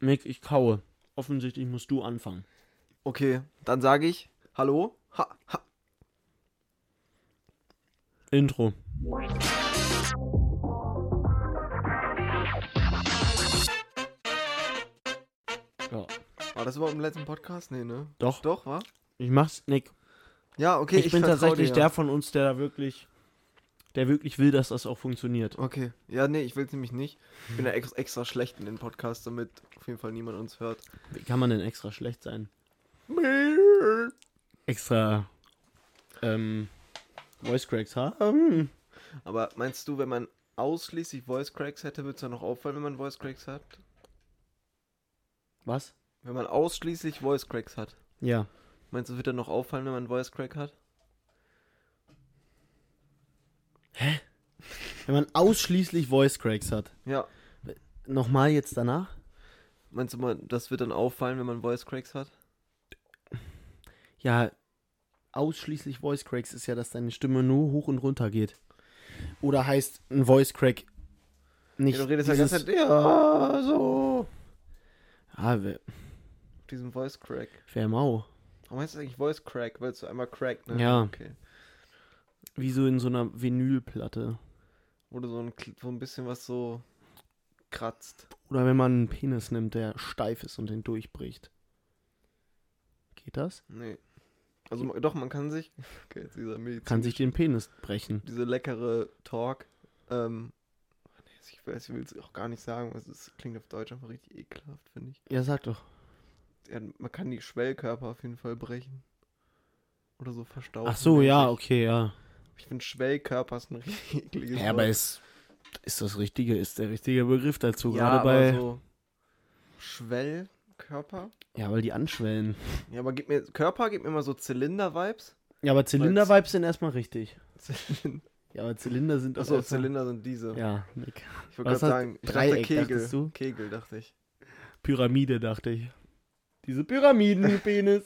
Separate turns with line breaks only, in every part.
Mick, ich kaue. Offensichtlich musst du anfangen.
Okay, dann sage ich Hallo. Ha, ha.
Intro. Ja,
War das überhaupt im letzten Podcast? Nee, ne?
doch.
Doch, war?
Ich mach's, Nick.
Ja, okay,
ich, bin
vertrau
tatsächlich
dir, ja.
der von uns, der da wirklich, der wirklich will, dass das auch funktioniert.
Okay, ja, nee, ich will es nämlich nicht. Ich bin ja ex extra schlecht in den Podcast, damit auf jeden Fall niemand uns hört.
Wie kann man denn extra schlecht sein? Extra ähm, Voice Cracks haben?
Aber meinst du, wenn man ausschließlich Voice Cracks hätte, würde es dann noch auffallen, wenn man Voice Cracks hat?
Was?
Wenn man ausschließlich Voice Cracks hat.
Ja.
Meinst du, wird dann noch auffallen, wenn man Voice Crack hat?
Wenn man ausschließlich Voice Cracks hat.
Ja.
Nochmal jetzt danach?
Meinst du mal, das wird dann auffallen, wenn man Voice Cracks hat?
Ja, ausschließlich Voice Cracks ist ja, dass deine Stimme nur hoch und runter geht. Oder heißt ein Voice Crack nicht.
Ja, du redest ja die
dieses,
ganze Zeit, ja, so.
Ah, wär,
Diesen Voice Crack.
wär mau.
Warum heißt das eigentlich Voice Crack? Weil es so einmal Crack, ne?
Ja.
Okay.
Wie so in so einer Vinylplatte.
Wo du so ein, kl- so ein bisschen was so kratzt.
Oder wenn man einen Penis nimmt, der steif ist und den durchbricht. Geht das?
Nee. Also ma- doch, man kann sich. Okay, jetzt dieser Medizin.
Kann sich den Penis brechen.
Diese leckere Talk. Ähm. nee, Ich weiß, ich will es auch gar nicht sagen, weil es ist- klingt auf Deutsch einfach richtig ekelhaft, finde ich.
Ja, sag doch.
Ja, man kann die Schwellkörper auf jeden Fall brechen. Oder so verstauchen.
Ach so, ja,
mäßig.
okay, ja.
Ich finde Schwellkörper ist ein richtig ekliges
Ja, aber
Wort.
ist, ist das Richtige, ist der richtige Begriff dazu.
Ja,
Gerade
aber
bei.
so Schwellkörper?
Ja, weil die anschwellen.
Ja, aber gib mir, Körper gibt mir immer so Zylinder-Vibes.
Ja, aber Zylinder-Vibes sind erstmal richtig.
Zylind-
Ja, aber Zylinder Also sind
Achso,
erstmal-
Zylinder sind diese.
Ja, Nick.
Ich wollte
Was
gerade
hat-
sagen, ich dachte
Dreieck,
Kegel.
dachtest du?
Kegel, dachte ich.
Pyramide, dachte ich. Diese Pyramiden, die Penis.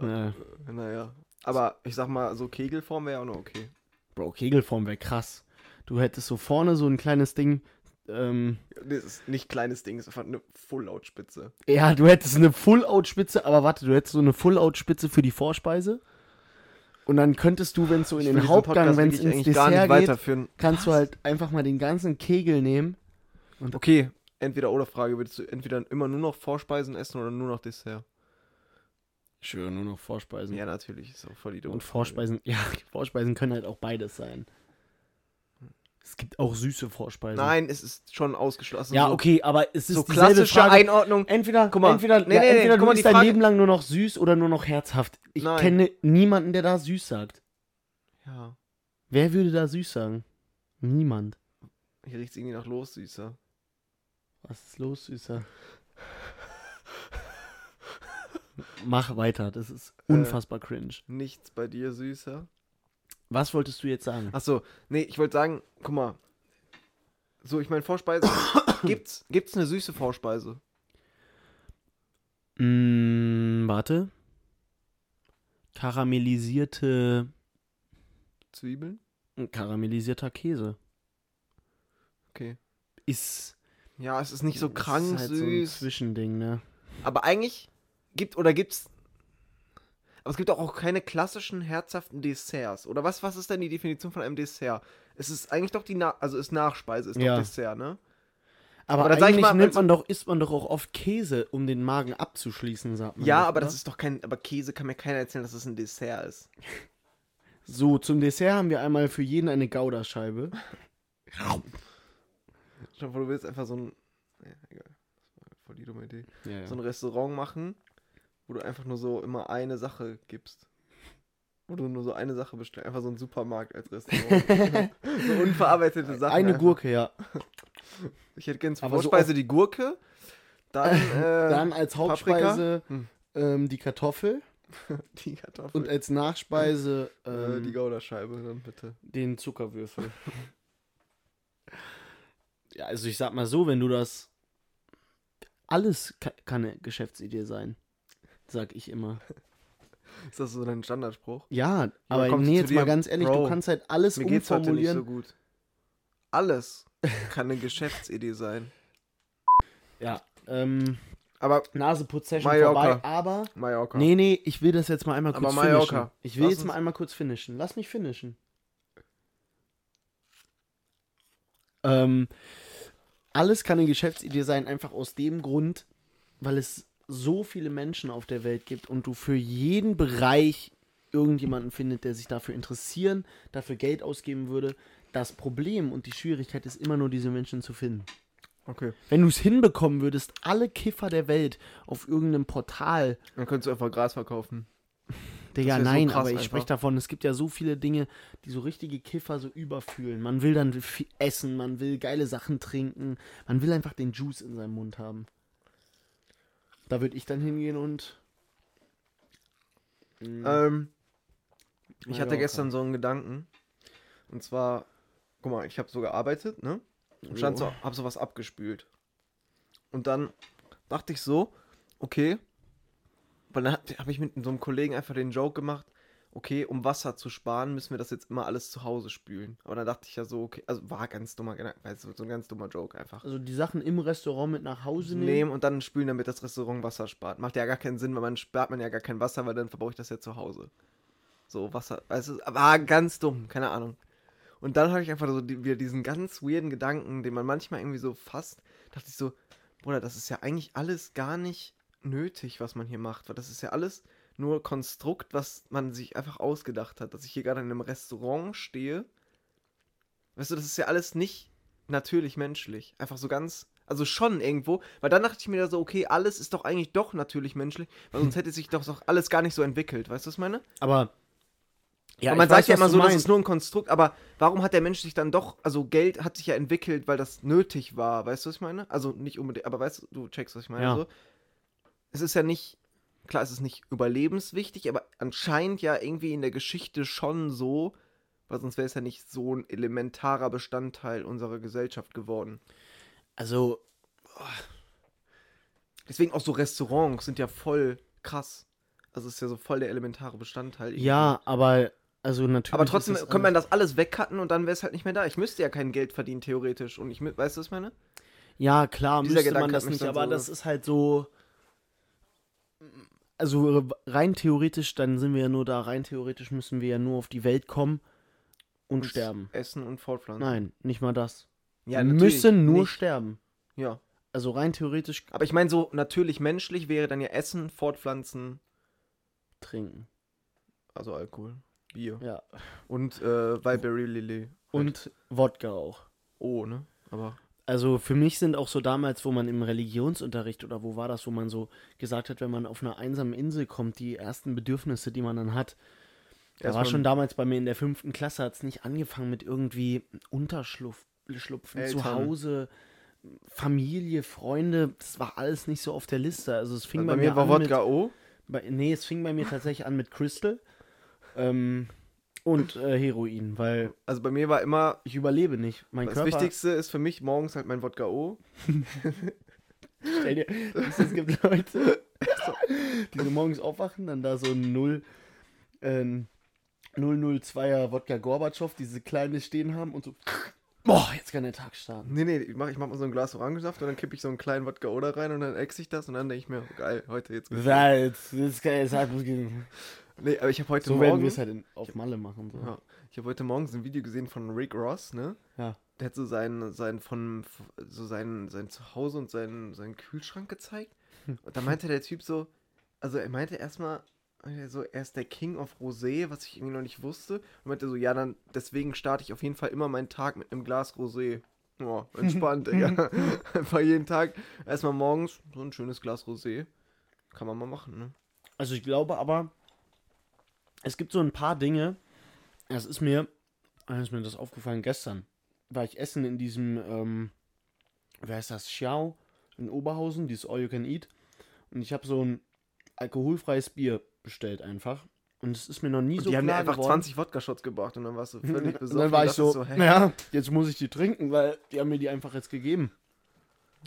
ja.
Naja. Aber ich sag mal, so Kegelform wäre ja auch noch okay.
Bro, Kegelform wäre krass. Du hättest so vorne so ein kleines Ding. Ähm,
Das ist nicht kleines Ding, das ist einfach eine Full-Lautspitze.
ja, du hättest eine Full-Out-Spitze, aber warte, du hättest so eine Full-Out-Spitze für die Vorspeise. Und dann könntest du, wenn es so in
Ich will
den
diesen
Hauptgang,
Podcast
wenn es
wirklich
ins
eigentlich gar
Dessert
nicht
geht,
weiterführen.
kannst du halt einfach mal den ganzen Kegel nehmen.
Okay, entweder oder Frage, würdest du entweder immer nur noch Vorspeisen essen oder nur noch Dessert?
Ich schwöre, nur noch Vorspeisen.
Ja, natürlich, ist auch voll die doofe
Mhm. Und
Frage.
Vorspeisen, ja, Vorspeisen können halt auch beides sein. Es gibt auch süße Vorspeisen.
Nein, es ist schon ausgeschlossen.
Ja,
So-
okay, aber es ist
So
dieselbe
klassische
Frage.
Einordnung.
Entweder,
Guck mal,
entweder,
nee,
ja,
nee, nee,
entweder
guck
du
mal, die
bist dein
Frage-
Leben lang nur noch süß oder nur noch herzhaft. Ich
Nein.
kenne niemanden, der da süß sagt.
Ja,
Wer würde da süß sagen? Niemand.
hier riecht es irgendwie nach los, Süßer.
Was ist los, Süßer? Mach weiter, das ist
Äh.
unfassbar cringe.
Nichts bei dir, Süßer.
Was wolltest du jetzt sagen?
Achso, nee, ich wollte sagen, guck mal. So, ich meine, Vorspeise. gibt's, gibt's eine süße Vorspeise?
Mm, warte. Karamellisierte,
Zwiebeln?
karamellisierter Käse
Okay.
ist
Ja, es ist nicht so
ist
krank
halt so ein
süß.
Zwischending, ne?
aber eigentlich gibt oder gibt's. Aber es gibt auch, auch keine klassischen herzhaften Desserts. Oder was, was ist denn die Definition von einem Dessert? Es ist eigentlich doch die Na also ist Nachspeise, ist
Ja.
doch Dessert, ne?
Aber,
Aber da sag ich
eigentlich
mal,
nimmt
also-
man doch, isst man doch auch oft Käse, um den Magen abzuschließen, sagt man.
Ja,
doch,
aber das
oder?
ist doch kein. Aber Käse kann mir keiner erzählen, dass es ein Dessert ist.
So, zum Dessert haben wir einmal für jeden eine Gouda-Scheibe.
Stell dir vor, du willst einfach so ein. Ja, egal. Das war voll die dumme Idee.
Ja,
So ein Restaurant machen, wo du einfach nur so immer eine Sache gibst. Wo du nur so eine Sache bestellst. Einfach so ein Supermarkt als Restaurant. so unverarbeitete Sachen.
Eine
einfach.
Gurke, ja.
Ich hätte gerne zur
Aber so
Vorspeise die Gurke. Dann, äh,
Dann als Hauptspeise
Hm.
ähm, die Kartoffel
die Kartoffel.
und als Nachspeise
äh,
ähm,
die Goudascheibe, dann bitte.
den Zuckerwürfel. ja, also ich sag mal so, wenn du das. Alles ka- kann eine Geschäftsidee sein, sag ich immer.
Ist das so dein Standardspruch?
Ja, aber
kommst du
nee,
zu
jetzt mal
dir?
ganz ehrlich,
Bro,
du kannst halt alles
Mir geht's heute nicht
umformulieren.
so gut. Alles kann eine Geschäftsidee sein.
Ja. Ähm,
Aber
Naseputz-Session
Mallorca.
vorbei, aber.
Mallorca.
Nee, nee, ich will das jetzt mal einmal
Aber
kurz
Mallorca.
finishen. Ich will
Lass
jetzt mal
uns-
einmal kurz finishen. Lass mich finishen. Ähm, alles kann eine Geschäftsidee sein, einfach aus dem Grund, weil es so viele Menschen auf der Welt gibt und du für jeden Bereich irgendjemanden findet, der sich dafür interessieren, dafür Geld ausgeben würde. Das Problem und die Schwierigkeit ist immer nur, diese Menschen zu finden.
Okay.
Wenn du es hinbekommen würdest, alle Kiffer der Welt auf irgendeinem Portal
Dann könntest du einfach Gras verkaufen.
Digga,
wär so
nein,
krass
aber ich
einfach.
spreche davon, es gibt ja so viele Dinge, die so richtige Kiffer so überfühlen. Man will dann viel essen, man will geile Sachen trinken, man will einfach den Juice in seinem Mund haben. Da würde ich dann hingehen und. Hm,
Ähm, ich
Mallorca.
hatte gestern so einen Gedanken. Und zwar, guck mal, ich habe so gearbeitet, ne? Und stand so, hab sowas abgespült. Und dann dachte ich so, okay, weil dann habe ich mit so einem Kollegen einfach den Joke gemacht, okay, um Wasser zu sparen, müssen wir das jetzt immer alles zu Hause spülen. Aber dann dachte ich ja so, okay, also war ganz dummer Gedanke, weißt du, so ein ganz dummer Joke einfach.
Also die Sachen im Restaurant mit nach Hause nehmen.
Nehmen und dann spülen, damit das Restaurant Wasser spart. Macht ja gar keinen Sinn, weil man spart man ja gar kein Wasser, weil dann verbrauche ich das ja zu Hause. So, Wasser. Also, war ganz dumm, keine Ahnung. Und dann habe ich einfach so die, wieder diesen ganz weirden Gedanken, den man manchmal irgendwie so fasst, dachte ich so, Bruder, das ist ja eigentlich alles gar nicht nötig, was man hier macht, weil das ist ja alles nur Konstrukt, was man sich einfach ausgedacht hat, dass ich hier gerade in einem Restaurant stehe. Weißt du, das ist ja alles nicht natürlich menschlich, einfach so ganz, also schon irgendwo, weil dann dachte ich mir da so, okay, alles ist doch eigentlich doch natürlich menschlich, weil
Hm.
sonst hätte sich doch doch alles gar nicht so entwickelt, weißt du, was ich meine?
Aber.
Ja,
ich
man
weiß,
sagt ja
was
immer
du
so, das
meinst.
ist nur ein Konstrukt, aber warum hat der Mensch sich dann doch, also Geld hat sich ja entwickelt, weil das nötig war, weißt du, was ich meine? Also nicht unbedingt, aber weißt du, du checkst, was ich meine.
Ja.
So. Es ist ja nicht, klar, es ist nicht überlebenswichtig, aber anscheinend ja irgendwie in der Geschichte schon so, weil sonst wäre es ja nicht so ein elementarer Bestandteil unserer Gesellschaft geworden.
Also,
Deswegen auch so Restaurants sind ja voll krass. Also es ist ja so voll der elementare Bestandteil. irgendwie.
ja, aber. Also natürlich.
Aber
ist
trotzdem
das
könnte
alles-
man das alles wegcutten und dann wäre es halt nicht mehr da. Ich müsste ja kein Geld verdienen, theoretisch. Und ich, mü- weißt du, was ich meine?
Ja, klar,
Dieser
müsste
Gedanke
man
hat
das
mich
nicht,
dann
aber
so-
das ist halt so. Also rein theoretisch, dann sind wir ja nur da, rein theoretisch müssen wir ja nur auf die Welt kommen und,
Und
sterben.
Essen und fortpflanzen.
Nein, nicht mal das.
Ja,
wir
natürlich
müssen nur
nicht.
sterben.
Ja.
Also rein theoretisch
Aber ich meine, so natürlich menschlich wäre dann ja Essen, fortpflanzen,
trinken.
also Alkohol, Bier.
Ja.
Und äh, Viberry Lily.
Und Wodka auch.
Oh, ne? Aber.
Also für mich sind auch so damals, wo man im Religionsunterricht oder wo war das, wo man so gesagt hat, wenn man auf einer einsamen Insel kommt, die ersten Bedürfnisse, die man dann hat, Da war
erstmal-
schon damals bei mir in der fünften Klasse, hat es nicht angefangen mit irgendwie Unterschlupfen, zu
Eltern. Also
Hause, Familie, Freunde. Das war alles nicht so auf der Liste. Also es fing
also
bei,
bei mir war
an
Wodka
mit,
O.
bei, Nee, es fing bei mir tatsächlich an mit Crystal ähm, und äh, Heroin, weil
Also bei mir war immer.
ich überlebe nicht. Mein
Das
Körper,
Wichtigste ist für mich morgens halt mein Wodka O.
stell dir, wisst ihr, es gibt Leute, die so morgens aufwachen, dann da so ein Null, ähm, 002er Wodka Gorbatschow, diese kleine stehen haben und so, boah, jetzt kann der Tag starten.
Nee, nee, ich mach, ich mach mal so ein Glas Orangensaft und dann kippe ich so einen kleinen Wodka O da rein und dann ex ich das und dann denke ich mir, geil, heute jetzt.
Salz, das kann jetzt halt gut gehen.
Nee, aber ich habe heute
So werden
Morgen.
wir es halt in, auf Malle machen. So.
Ja. Ich habe heute morgens ein Video gesehen von Rick Ross, ne?
Ja.
Der hat so sein, sein von so sein, sein Zuhause und seinen, seinen Kühlschrank gezeigt.
Hm.
Und da meinte der Typ so, also er meinte erstmal, äh, so, er ist der King of Rosé, was ich irgendwie noch nicht wusste. Und meinte so, ja, dann deswegen starte ich auf jeden Fall immer meinen Tag mit einem Glas Rosé. Ja, entspannt,
Hm.
Digga. Einfach jeden Tag erstmal morgens so ein schönes Glas Rosé. Kann man mal machen, ne?
Also ich glaube aber, es gibt so ein paar Dinge, das ist mir, ah, ist mir das aufgefallen gestern, war ich essen in diesem, ähm, wer ist das, Xiao in Oberhausen, dieses All You Can Eat. Und ich habe so ein alkoholfreies Bier bestellt einfach. Und es ist mir noch nie
Und
so
die
klar
haben mir einfach
geworden.
20 Wodka-Shots gebracht und dann warst du völlig besoffen.
Und dann war ich
dachtest
so,
hä?
naja, jetzt muss ich die trinken, weil die haben mir die einfach jetzt gegeben.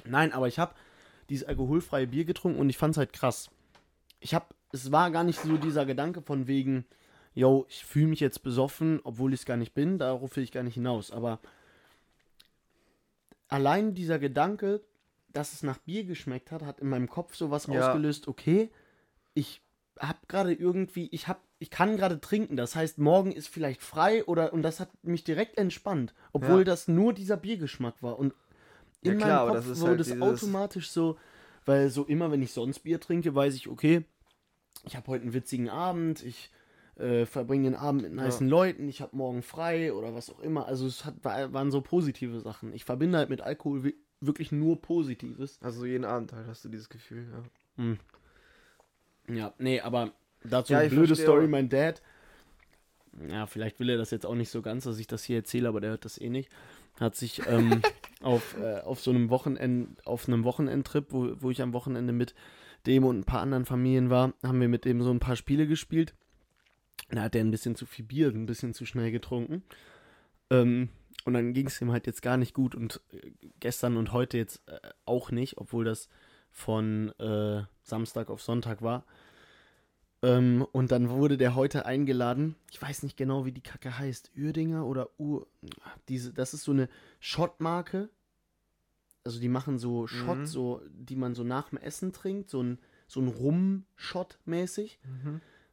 Nein, aber ich habe dieses alkoholfreie Bier getrunken und ich fand es halt krass. Ich habe, es war gar nicht so dieser Gedanke von wegen, yo, ich fühle mich jetzt besoffen, obwohl ich es gar nicht bin, darauf will ich gar nicht hinaus. Aber allein dieser Gedanke, dass es nach Bier geschmeckt hat, hat in meinem Kopf sowas
Ja.
ausgelöst, okay, ich hab gerade irgendwie, ich hab, ich kann gerade trinken, das heißt, morgen ist vielleicht frei oder und das hat mich direkt entspannt, obwohl
Ja.
das nur dieser Biergeschmack war und in
Ja, klar, aber
meinem
das
Kopf
ist
wurde
halt
es
dieses-
automatisch so, weil so immer, wenn ich sonst Bier trinke, weiß ich, okay, ich habe heute einen witzigen Abend, ich äh, verbringe den Abend mit nice Leuten, ich habe morgen frei oder was auch immer. Also es hat, war, waren so positive Sachen. Ich verbinde halt mit Alkohol wi- wirklich nur Positives.
Also jeden Abend halt hast du dieses Gefühl, ja.
Ja, nee, aber dazu
Ja,
eine
ich
blöde
verstehe,
Story,
aber-
mein Dad. Ja, vielleicht will er das jetzt auch nicht so ganz, dass ich das hier erzähle, aber der hört das eh nicht. Hat sich ähm, auf, äh, auf so einem Wochenend, auf einem Wochenendtrip, wo, wo ich am Wochenende mit dem und ein paar anderen Familien war, haben wir mit dem so ein paar Spiele gespielt. Da hat er ein bisschen zu viel Bier, ein bisschen zu schnell getrunken. Ähm, und dann ging es ihm halt jetzt gar nicht gut und äh, gestern und heute jetzt äh, auch nicht, obwohl das von äh, Samstag auf Sonntag war. Ähm, und dann wurde der heute eingeladen. Ich weiß nicht genau, wie die Kacke heißt. Uerdinger oder Ur. Diese, das ist so eine Schottmarke. Also die machen so Schott,
Mhm.
so, die man so nach dem Essen trinkt, so ein, so ein Rum-Schott mäßig.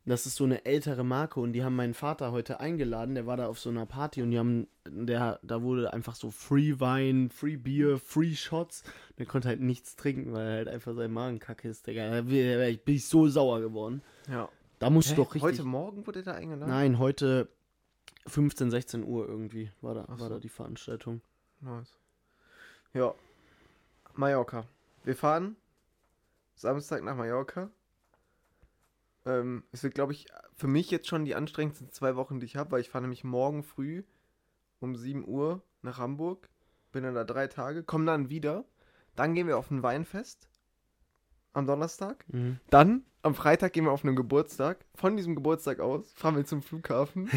Das ist so eine ältere Marke und die haben meinen Vater heute eingeladen. Der war da auf so einer Party und die haben, der, da wurde einfach so Free Wein, Free Bier, Free Shots. Der konnte halt nichts trinken, weil er halt einfach sein Magen kacke ist, Digga. Da wär ich- bin ich so sauer geworden.
Ja.
Da musst
Hä?
du doch richtig.
Heute Morgen wurde der eingeladen?
Nein, heute 15, 16 Uhr irgendwie war da,
Ach
war
so.
da die Veranstaltung.
Nice. Ja. Mallorca. Wir fahren Samstag nach Mallorca. Ähm, es wird, glaube ich, für mich jetzt schon die anstrengendsten zwei Wochen, die ich habe, weil ich fahre nämlich morgen früh um 7 Uhr nach Hamburg, bin dann da drei Tage, komme dann wieder, dann gehen wir auf ein Weinfest am Donnerstag,
Mhm.
dann am Freitag gehen wir auf einen Geburtstag, von diesem Geburtstag aus fahren wir zum Flughafen,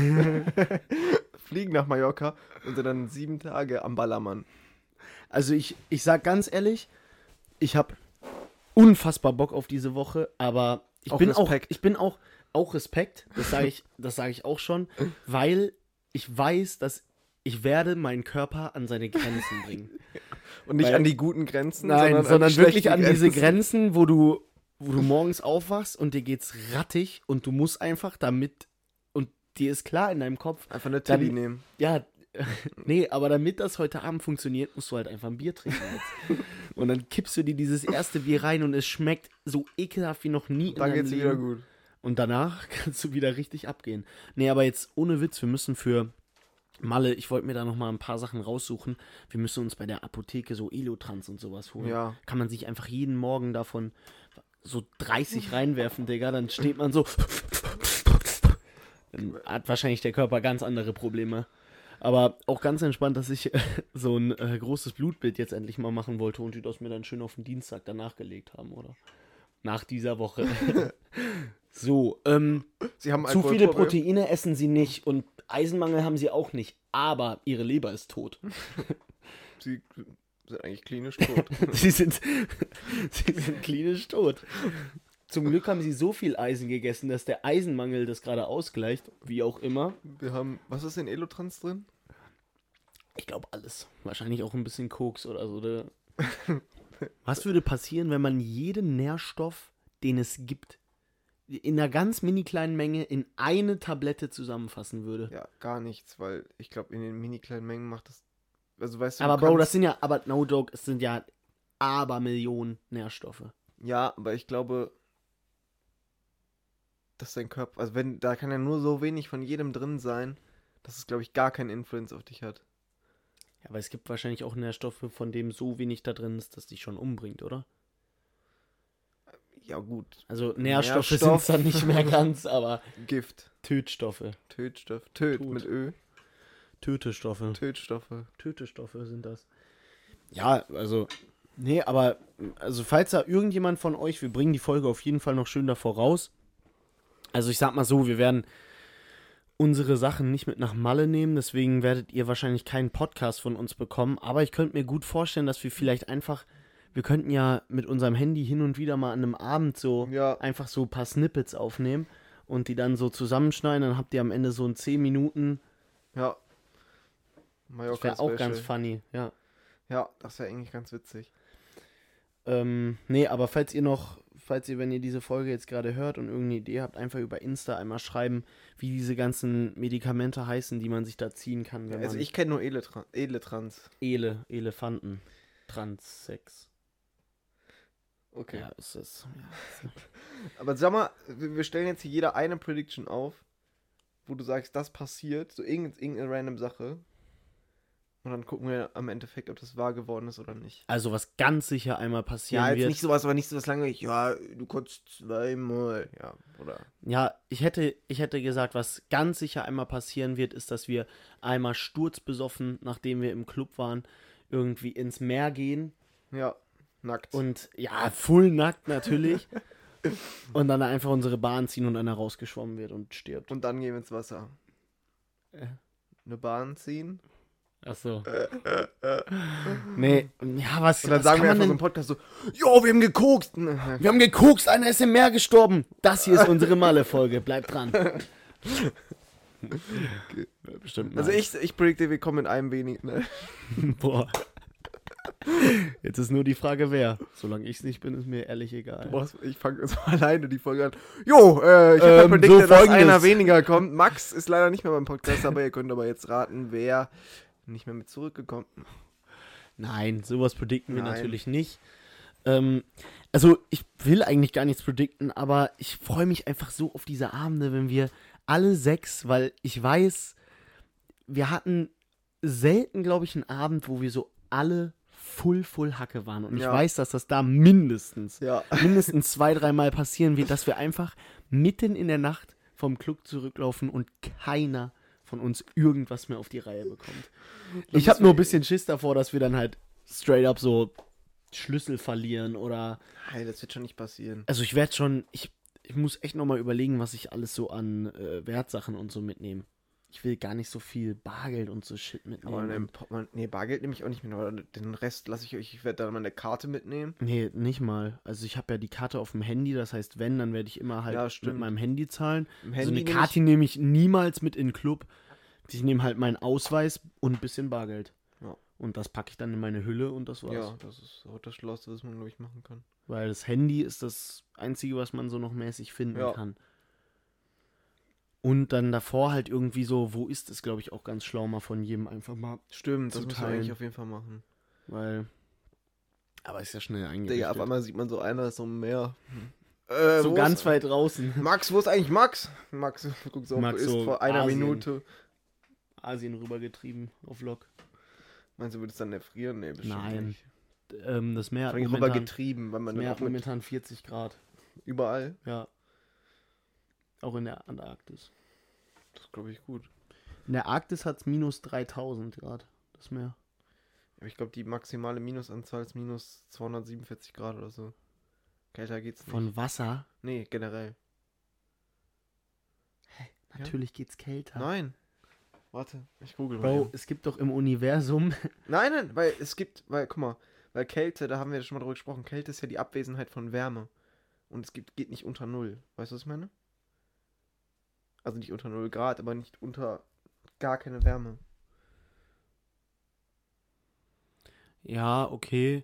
fliegen nach Mallorca und sind dann sieben Tage am Ballermann.
Also ich, ich sag ganz ehrlich, ich habe unfassbar Bock auf diese Woche, aber ich
Auch
bin
Respekt.
auch ich bin auch auch Respekt, das sage ich, das sage ich auch schon, weil ich weiß, dass ich werde meinen Körper an seine Grenzen bringen.
Und nicht
Weil-
an die guten Grenzen,
Nein, sondern,
die
wirklich
schlechten
an diese Grenzen, wo du, wo du morgens aufwachst und dir geht's rattig und du musst einfach damit und dir ist klar in deinem Kopf,
Einfach eine Tilly
Dann-
nehmen.
ja, nee, aber damit das heute Abend funktioniert, musst du halt einfach ein Bier trinken jetzt. Und dann kippst du dir dieses erste Bier rein und es schmeckt so ekelhaft wie noch nie in
Dann
deinem
geht's
Leben.
wieder gut.
Und danach kannst du wieder richtig abgehen. Nee, aber jetzt ohne Witz, wir müssen für Malle, ich wollte mir da nochmal ein paar Sachen raussuchen. Wir müssen uns bei der Apotheke so Elotrans und sowas holen.
Ja.
Kann man sich einfach jeden Morgen davon so 30 reinwerfen, Digga. Dann steht man so. Dann hat wahrscheinlich der Körper ganz andere Probleme. Aber auch ganz entspannt, dass ich äh, so ein äh, großes Blutbild jetzt endlich mal machen wollte und die das mir dann schön auf den Dienstag danach gelegt haben, oder? Nach dieser Woche. so, ähm,
Sie haben
zu viele
Alkoholproblem.
Proteine essen sie nicht und Eisenmangel haben sie auch nicht, aber ihre Leber ist tot.
Sie sind eigentlich klinisch tot.
sie, sind, sie sind klinisch tot. Zum Glück haben sie so viel Eisen gegessen, dass der Eisenmangel das gerade ausgleicht, wie auch immer.
Wir haben, was ist in Elotrans drin?
Ich glaube alles. Wahrscheinlich auch ein bisschen Koks oder so. Oder? Was würde passieren, wenn man jeden Nährstoff, den es gibt, in einer ganz mini kleinen Menge in eine Tablette zusammenfassen würde?
Ja, gar nichts, weil ich glaube, in den mini kleinen Mengen macht das. Also weißt du,
aber
du
Bro, das
kannst-
sind ja, aber no joke, es sind ja Abermillionen Nährstoffe.
Ja, aber ich glaube, dass dein Körper. Also wenn, da kann ja nur so wenig von jedem drin sein, dass es, glaube ich, gar keinen Influence auf dich hat.
Ja, aber es gibt wahrscheinlich auch Nährstoffe, von dem so wenig da drin ist, dass dich schon umbringt, oder?
Ja, gut.
Also Nährstoffe
Nährstoff.
sind dann nicht mehr ganz, aber
Gift.
Tötstoffe.
Tötstoff. Töt
Tod.
mit Ö.
Tötestoffe.
Tötstoffe.
Tötestoffe sind das. Ja, also. Nee, aber also falls da irgendjemand von euch, wir bringen die Folge auf jeden Fall noch schön davor raus. Also ich sag mal so, wir werden unsere Sachen nicht mit nach Malle nehmen, deswegen werdet ihr wahrscheinlich keinen Podcast von uns bekommen. Aber ich könnte mir gut vorstellen, dass wir vielleicht einfach, wir könnten ja mit unserem Handy hin und wieder mal an einem Abend so
Ja.
einfach so ein paar Snippets aufnehmen und die dann so zusammenschneiden. Dann habt ihr am Ende so in 10 Minuten.
Ja.
Das
Mallorca
wäre auch
Special.
ganz funny, ja.
Ja, das wäre eigentlich ganz witzig.
Ähm, nee, aber falls ihr noch, falls ihr, wenn ihr diese Folge jetzt gerade hört und irgendeine Idee habt, einfach über Insta einmal schreiben, wie diese ganzen Medikamente heißen, die man sich da ziehen kann, wenn
Also
man
ich kenne nur edle, Tran- edle Trans.
Ele, Elefanten, Transsex.
Okay.
Ja, ist das.
Aber sag mal, wir wir stellen jetzt hier jeder eine Prediction auf, wo du sagst, das passiert, so irgend- irgendeine random Sache. Und dann gucken wir am Endeffekt, ob das wahr geworden ist oder nicht.
Also was ganz sicher einmal passieren
Ja, jetzt
wird.
nicht sowas, aber nicht sowas langweilig. Ja, du konntest zweimal. Ja, oder?
Ja, ich hätte, ich hätte gesagt, was ganz sicher einmal passieren wird, ist, dass wir einmal sturzbesoffen, nachdem wir im Club waren, irgendwie ins Meer gehen
Ja, nackt.
und ja, full nackt natürlich. und dann einfach unsere Bahn ziehen und einer rausgeschwommen wird und stirbt.
Und dann gehen wir ins Wasser.
Äh.
Eine Bahn ziehen.
Ach so. nee, ja, was,
Und dann
was
sagen
kann
wir einfach
man
so
denn?
im Podcast so, Jo, wir haben geguckt.
Wir haben gekokst, einer ist im Meer gestorben. Das hier ist unsere Malle-Folge. Bleibt dran. Bestimmt
Also
nice.
ich, ich predikte, wir kommen in einem wenig. Ne?
Boah. Jetzt ist nur die Frage, wer. Solange ich es nicht bin, ist mir ehrlich egal.
Boah, ich fange jetzt mal alleine die Folge an. Jo, äh, ich habe
Ähm,
predikte,
so
dass
folgendes.
einer weniger kommt. Max ist leider nicht mehr beim Podcast, aber ihr könnt aber jetzt raten, wer nicht mehr mit zurückgekommen.
Nein, sowas predikten wir
Nein.
natürlich nicht. Ähm, also ich will eigentlich gar nichts predikten, aber ich freue mich einfach so auf diese Abende, wenn wir alle sechs, weil ich weiß, wir hatten selten, glaube ich, einen Abend, wo wir so alle full, full Hacke waren. Und ich
Ja.
weiß, dass das da mindestens
Ja.
mindestens zwei, dreimal passieren wird, dass wir einfach mitten in der Nacht vom Club zurücklaufen und keiner von uns irgendwas mehr auf die Reihe bekommt. Ich habe nur ein bisschen Schiss davor, dass wir dann halt straight up so Schlüssel verlieren oder.
Nein, das wird schon nicht passieren.
Also ich werde schon. Ich, ich muss echt nochmal überlegen, was ich alles so an äh, Wertsachen und so mitnehme. Ich will gar nicht so viel Bargeld und so Shit
Aber
mitnehmen.
ne, Portemonnaie- nee, Bargeld nehme ich auch nicht mit, aber den Rest lasse ich euch. Ich werde dann meine Karte mitnehmen.
Nee, nicht mal. Also ich habe ja die Karte auf dem Handy, das heißt, wenn, dann werde ich immer halt
Ja,
mit
stimmt.
meinem Handy zahlen.
Im
so Also eine
nehme ich-
Karte nehme ich niemals mit in den Club. Ich nehme halt meinen Ausweis und ein bisschen Bargeld.
Ja.
Und das packe ich dann in meine Hülle und das war's.
Ja, das ist auch das Schlauste, was man, glaube ich, machen kann.
Weil das Handy ist das Einzige, was man so noch mäßig finden
Ja.
kann. Und dann davor halt irgendwie so, wo ist es, glaube ich, auch ganz schlau mal von jedem einfach mal.
Stimmt,
Zu
das muss man
teilen.
eigentlich auf jeden Fall machen.
Weil. Aber ist ja schnell
Digga, auf
eingerichtet.
einmal sieht man so einer ist so im Meer. Äh,
so
wo
ganz
ist,
weit draußen.
Max, wo ist eigentlich Max? Max, guck so,
Max
Max ist
so
vor einer
Asien.
Minute.
Asien rübergetrieben auf Lok.
Meinst du, würdest dann erfrieren? Nee, bestimmt
Nein.
nicht.
Ähm, das Meer
Vor
hat
allem
momentan,
rübergetrieben, weil
das
man
Meer
dann
hat
auch mit
momentan 40 Grad.
überall.
Ja. Auch in der Antarktis.
Das glaube ich gut.
In der Arktis hat es minus 3000 Grad, das Meer.
Aber ich glaube, die maximale Minusanzahl ist minus 247 Grad oder so. Kälter geht's nicht.
Von Wasser?
nee, generell. Ja.
Natürlich geht's kälter.
Nein. Warte, ich google mal.
Bro,
eben.
es gibt doch im Universum.
Nein, nein, weil es gibt, weil, guck mal, weil Kälte, da haben wir schon mal drüber gesprochen, Kälte ist ja die Abwesenheit von Wärme. Und es gibt, geht nicht unter Null. Weißt du, was ich meine? Also nicht unter Null Grad, aber nicht unter gar keine Wärme.
Ja, okay.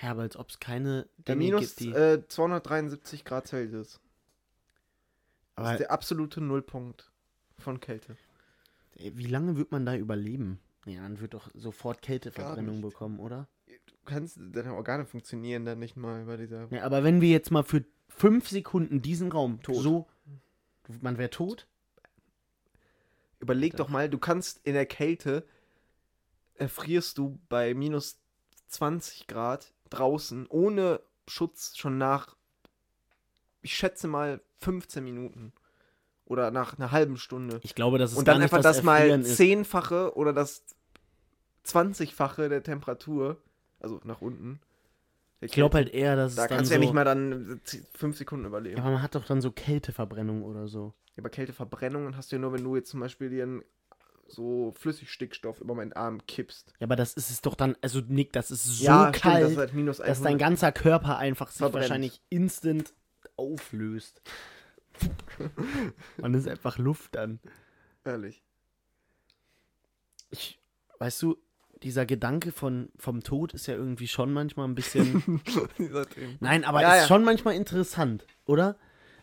Ja, aber als ob es keine
Der
Dinge
Minus
gibt, die.
äh, 273 Grad Celsius. Das
aber
ist der absolute Nullpunkt von Kälte.
ey, wie lange wird man da überleben? Ja, man wird doch sofort Kälteverbrennung
nicht.
bekommen, oder?
Du kannst, deine Organe funktionieren dann nicht mal bei dieser.
Ja, aber wenn wir jetzt mal für fünf Sekunden diesen Raum
Tot.
so. Man wäre tot?
Überleg
Alter.
doch mal, du kannst in der Kälte erfrierst du bei minus 20 Grad draußen ohne Schutz schon nach, ich schätze mal, 15 Minuten. Oder nach einer halben Stunde.
Ich glaube, das ist
Und dann
gar nicht
einfach das, mal
Erfrieren ist.
zehnfache oder das 20-fache der Temperatur, also nach unten. der
Ich glaube
Kälte.
halt eher, dass
da
es dann
kannst
so
du ja nicht mal dann äh, fünf Sekunden überleben.
Ja, aber man hat doch dann so Kälteverbrennung oder so.
Ja, aber Kälteverbrennungen hast du ja nur, wenn du jetzt zum Beispiel dir einen, so Flüssigstickstoff über meinen Arm kippst.
Ja, aber das ist es doch dann, also Nick, das ist so
ja, stimmt,
kalt,
das ist halt minus
dass dein
100.
ganzer Körper einfach sich
Verbrennt.
wahrscheinlich instant auflöst. Man ist einfach Luft dann.
Ehrlich.
Ich, weißt du, dieser Gedanke von, vom Tod ist ja irgendwie schon manchmal ein bisschen.
Dieser Typ.
Nein, aber
Ja,
ist
ja.
schon manchmal interessant, oder?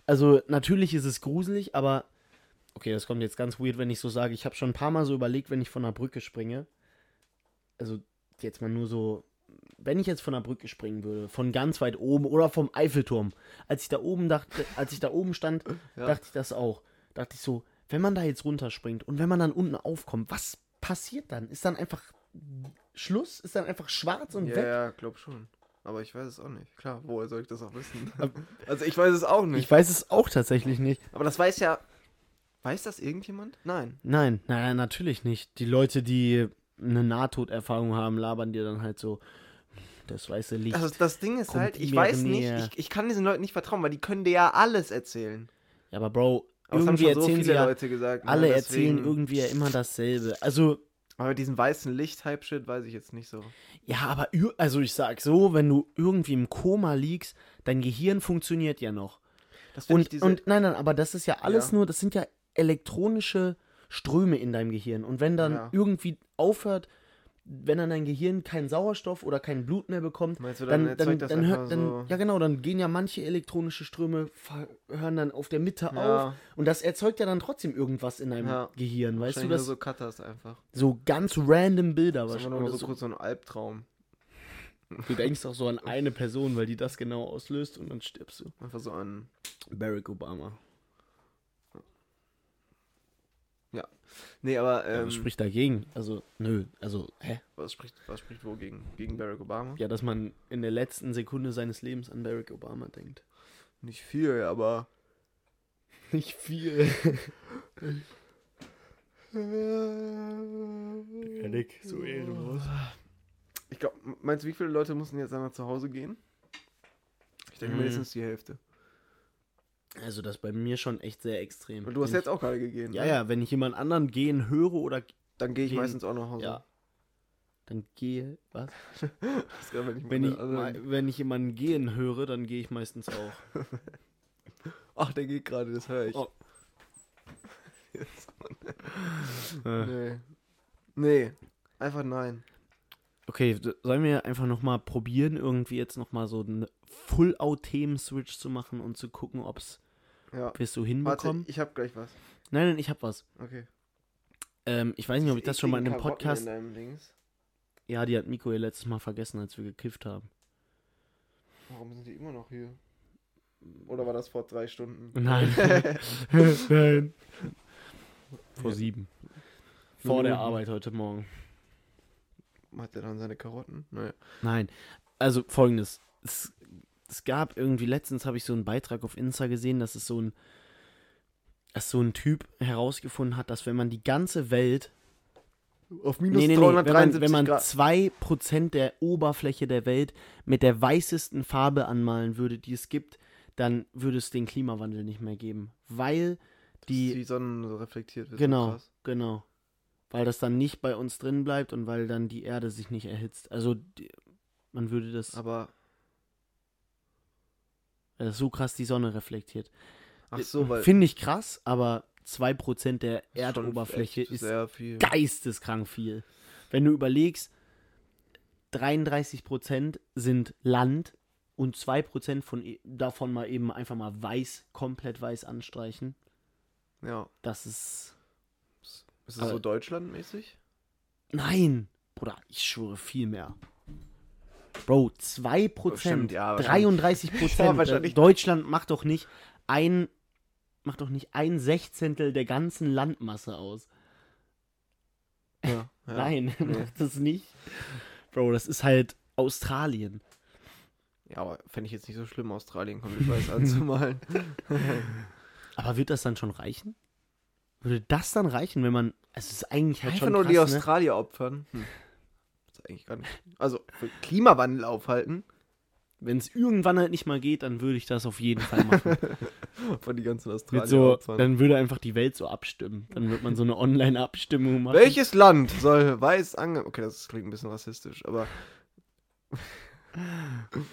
Also natürlich ist es gruselig, aber okay, das kommt jetzt ganz weird, wenn ich so sage, ich habe schon ein paar Mal so überlegt, wenn ich von einer Brücke springe. Also jetzt mal nur so, wenn ich jetzt von einer Brücke springen würde, von ganz weit oben oder vom Eiffelturm, als ich da oben dachte, als ich da oben stand,
Ja.
dachte ich das auch. Dachte ich so, wenn man da jetzt runterspringt und wenn man dann unten aufkommt, was passiert dann? Ist dann einfach Schluss? Ist dann einfach schwarz und
ja,
weg?
ja, glaub schon. Aber ich weiß es auch nicht. Klar, woher soll ich das auch wissen? also ich weiß es auch nicht.
Ich weiß es auch tatsächlich nicht.
Aber das weiß ja. Weiß das irgendjemand? Nein.
Nein, nein, nein, natürlich nicht. Die Leute, die eine Nahtoderfahrung haben, labern dir dann halt so das weiße Licht.
Also das Ding ist
kommt
halt, ich
mir
weiß
näher.
nicht, ich, ich kann diesen Leuten nicht vertrauen, weil die können dir ja alles erzählen.
ja, aber Bro,
Aber das haben
irgendwie
schon so
erzählen
viele
sie ja,
Leute gesagt. ne,
alle
deswegen-
erzählen irgendwie ja immer dasselbe. Also,
Aber mit diesem weißen Licht-Hype-Shit weiß ich jetzt nicht so.
ja, aber, ir- also ich sag so, wenn du irgendwie im Koma liegst, dein Gehirn funktioniert ja noch.
Das find ich
Und,
diese,
und nein, nein, aber das ist ja alles
Ja.
nur, das sind ja elektronische Ströme in deinem Gehirn. Und wenn dann
Ja.
irgendwie aufhört, wenn dann dein Gehirn keinen Sauerstoff oder kein Blut mehr bekommt,
Meinst du, dann
dann, dann,
erzeugt das
dann
einfach
hört, dann,
so-
ja genau, dann gehen ja manche elektronische Ströme, ver- hören dann auf der Mitte
Ja.
auf und das erzeugt ja dann trotzdem irgendwas in deinem
Ja.
Gehirn, weißt du,
wahrscheinlich
das
nur
so,
so Cutters einfach.
ganz random Bilder
Das ist einfach
wahrscheinlich.
nur
oder
so
So,
kurz so ein Albtraum.
du denkst auch so an eine Person, weil die das genau auslöst und dann stirbst du.
Einfach so ein.
Barack Obama.
Nee, aber. Ähm,
Ja, was spricht dagegen? Also, nö, also, hä?
was spricht, was spricht wogegen? Gegen Barack Obama?
Ja, dass man in der letzten Sekunde seines Lebens an Barack Obama denkt.
Nicht viel, aber.
Nicht viel.
Ehrlich,
Nick, so ehrenlos.
Ich glaube, meinst du, wie viele Leute mussten jetzt einmal zu Hause gehen? Ich denke
Hm.
mindestens die Hälfte.
Also, das ist bei mir schon echt sehr extrem.
Und du hast
Wenn
jetzt auch gerade gegeben.
ich, Ja,
ne?
ja, wenn ich jemand anderen gehen höre oder.
Dann gehe ich
Gehen-
meistens auch nach Hause.
Ja. Dann gehe. Was?
Das kann man nicht
Wenn
machen.
ich,
Also dann-
mal- wenn ich jemanden gehen höre, dann gehe ich meistens auch.
Ach, der geht gerade, das höre ich.
Oh. Äh,
Nee. Nee. Einfach nein.
okay, d- sollen wir einfach nochmal probieren, irgendwie jetzt nochmal so einen Full-Out-Themen-Switch zu machen und zu gucken, ob es
Ja.
wir es so
Warte,
hinbekommen?
ich habe gleich was.
Nein, nein, ich hab was.
Okay.
Ähm, ich weiß nicht, ob ich das schon mal in
krieg
einem
Karotten
Podcast.
In deinem Dings.
Ja, die hat Nico ja letztes Mal vergessen, als wir gekifft haben.
Warum sind die immer noch hier? Oder war das vor drei Stunden?
Nein. Nein. Vor
Ja.
sieben. Vor der
Minuten.
Arbeit heute Morgen.
Hat er dann seine Karotten? Naja.
Nein. Also folgendes. Es, es gab irgendwie, letztens habe ich so einen Beitrag auf Insta gesehen, dass es so ein, dass so ein Typ herausgefunden hat, dass wenn man die ganze Welt
Auf minus
nee, nee, nee. Wenn man,
373
wenn man
Grad.
2% der Oberfläche der Welt mit der weißesten Farbe anmalen würde, die es gibt, dann würde es den Klimawandel nicht mehr geben. Weil
Dass
die.
die Sonne so reflektiert wird. so
Genau,
krass.
genau. Weil das dann nicht bei uns drin bleibt und weil dann die Erde sich nicht erhitzt. Also die, man würde das.
Aber,
Das ist so krass die Sonne reflektiert.
ach so, weil...
Äh, Finde ich krass, aber 2% der
ist schon
Erdoberfläche
echt
ist
Sehr viel.
geisteskrank viel. Wenn du überlegst, 33% sind Land und 2% von, e- davon mal eben einfach mal weiß, komplett weiß anstreichen.
Ja.
Das ist.
Ist es
Aber-
so deutschlandmäßig?
Nein! Bruder, ich schwöre viel mehr. Bro, 2%,
Oh, stimmt, ja, wahrscheinlich.
33%.
Ja, wahrscheinlich.
Deutschland macht doch nicht ein. Macht doch nicht ein Sechzehntel der ganzen Landmasse aus.
Ja. ja.
Nein,
Nee.
macht das nicht. Bro, das ist halt Australien.
Ja, aber fände ich jetzt nicht so schlimm, Australien komplett weiß anzumalen.
Halt Aber wird das dann schon reichen? Würde das dann reichen, wenn man. Also es ist eigentlich halt
Einfach
schon
nur
krass,
die
ne?
Australier opfern. Hm. Das ist eigentlich gar nicht. Also, für Klimawandel aufhalten.
Wenn es irgendwann halt nicht mal geht, dann würde ich das auf jeden Fall machen.
Von die ganzen
Mit
Australier
so,
opfern.
dann würde einfach die Welt so abstimmen. Dann wird man so eine Online-Abstimmung machen.
Welches Land soll weiß ange... Okay, das klingt ein bisschen rassistisch, aber...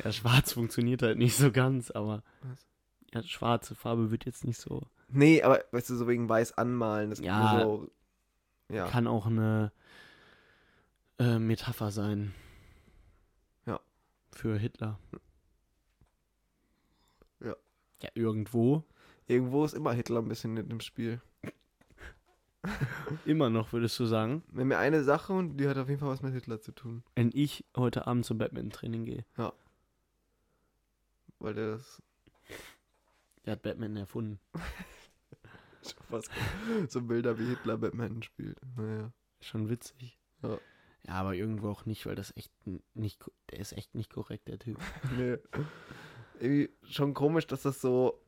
Ja, schwarz funktioniert halt nicht so ganz, aber.
Was?
Ja, schwarze Farbe wird jetzt nicht so.
Nee, aber, weißt du, so wegen weiß anmalen, das gibt mir
Ja.
so... Ja,
Kann auch eine. äh, Metapher sein.
Ja.
Für Hitler.
Ja.
Ja, irgendwo.
Irgendwo ist immer Hitler ein bisschen in dem Spiel.
Immer noch, würdest du sagen,
Wenn mir eine Sache und die hat auf jeden Fall was mit Hitler zu tun,
wenn ich heute Abend zum Batman-Training gehe.
weil der das
Der hat Batman erfunden.
schon fast so Bilder wie Hitler Batman spielt. Naja.
Schon witzig.
Ja.
Ja, aber irgendwo auch nicht, weil das echt n- nicht, ko- der ist echt nicht korrekt, der Typ.
Nee. Irgendwie schon komisch, dass das so,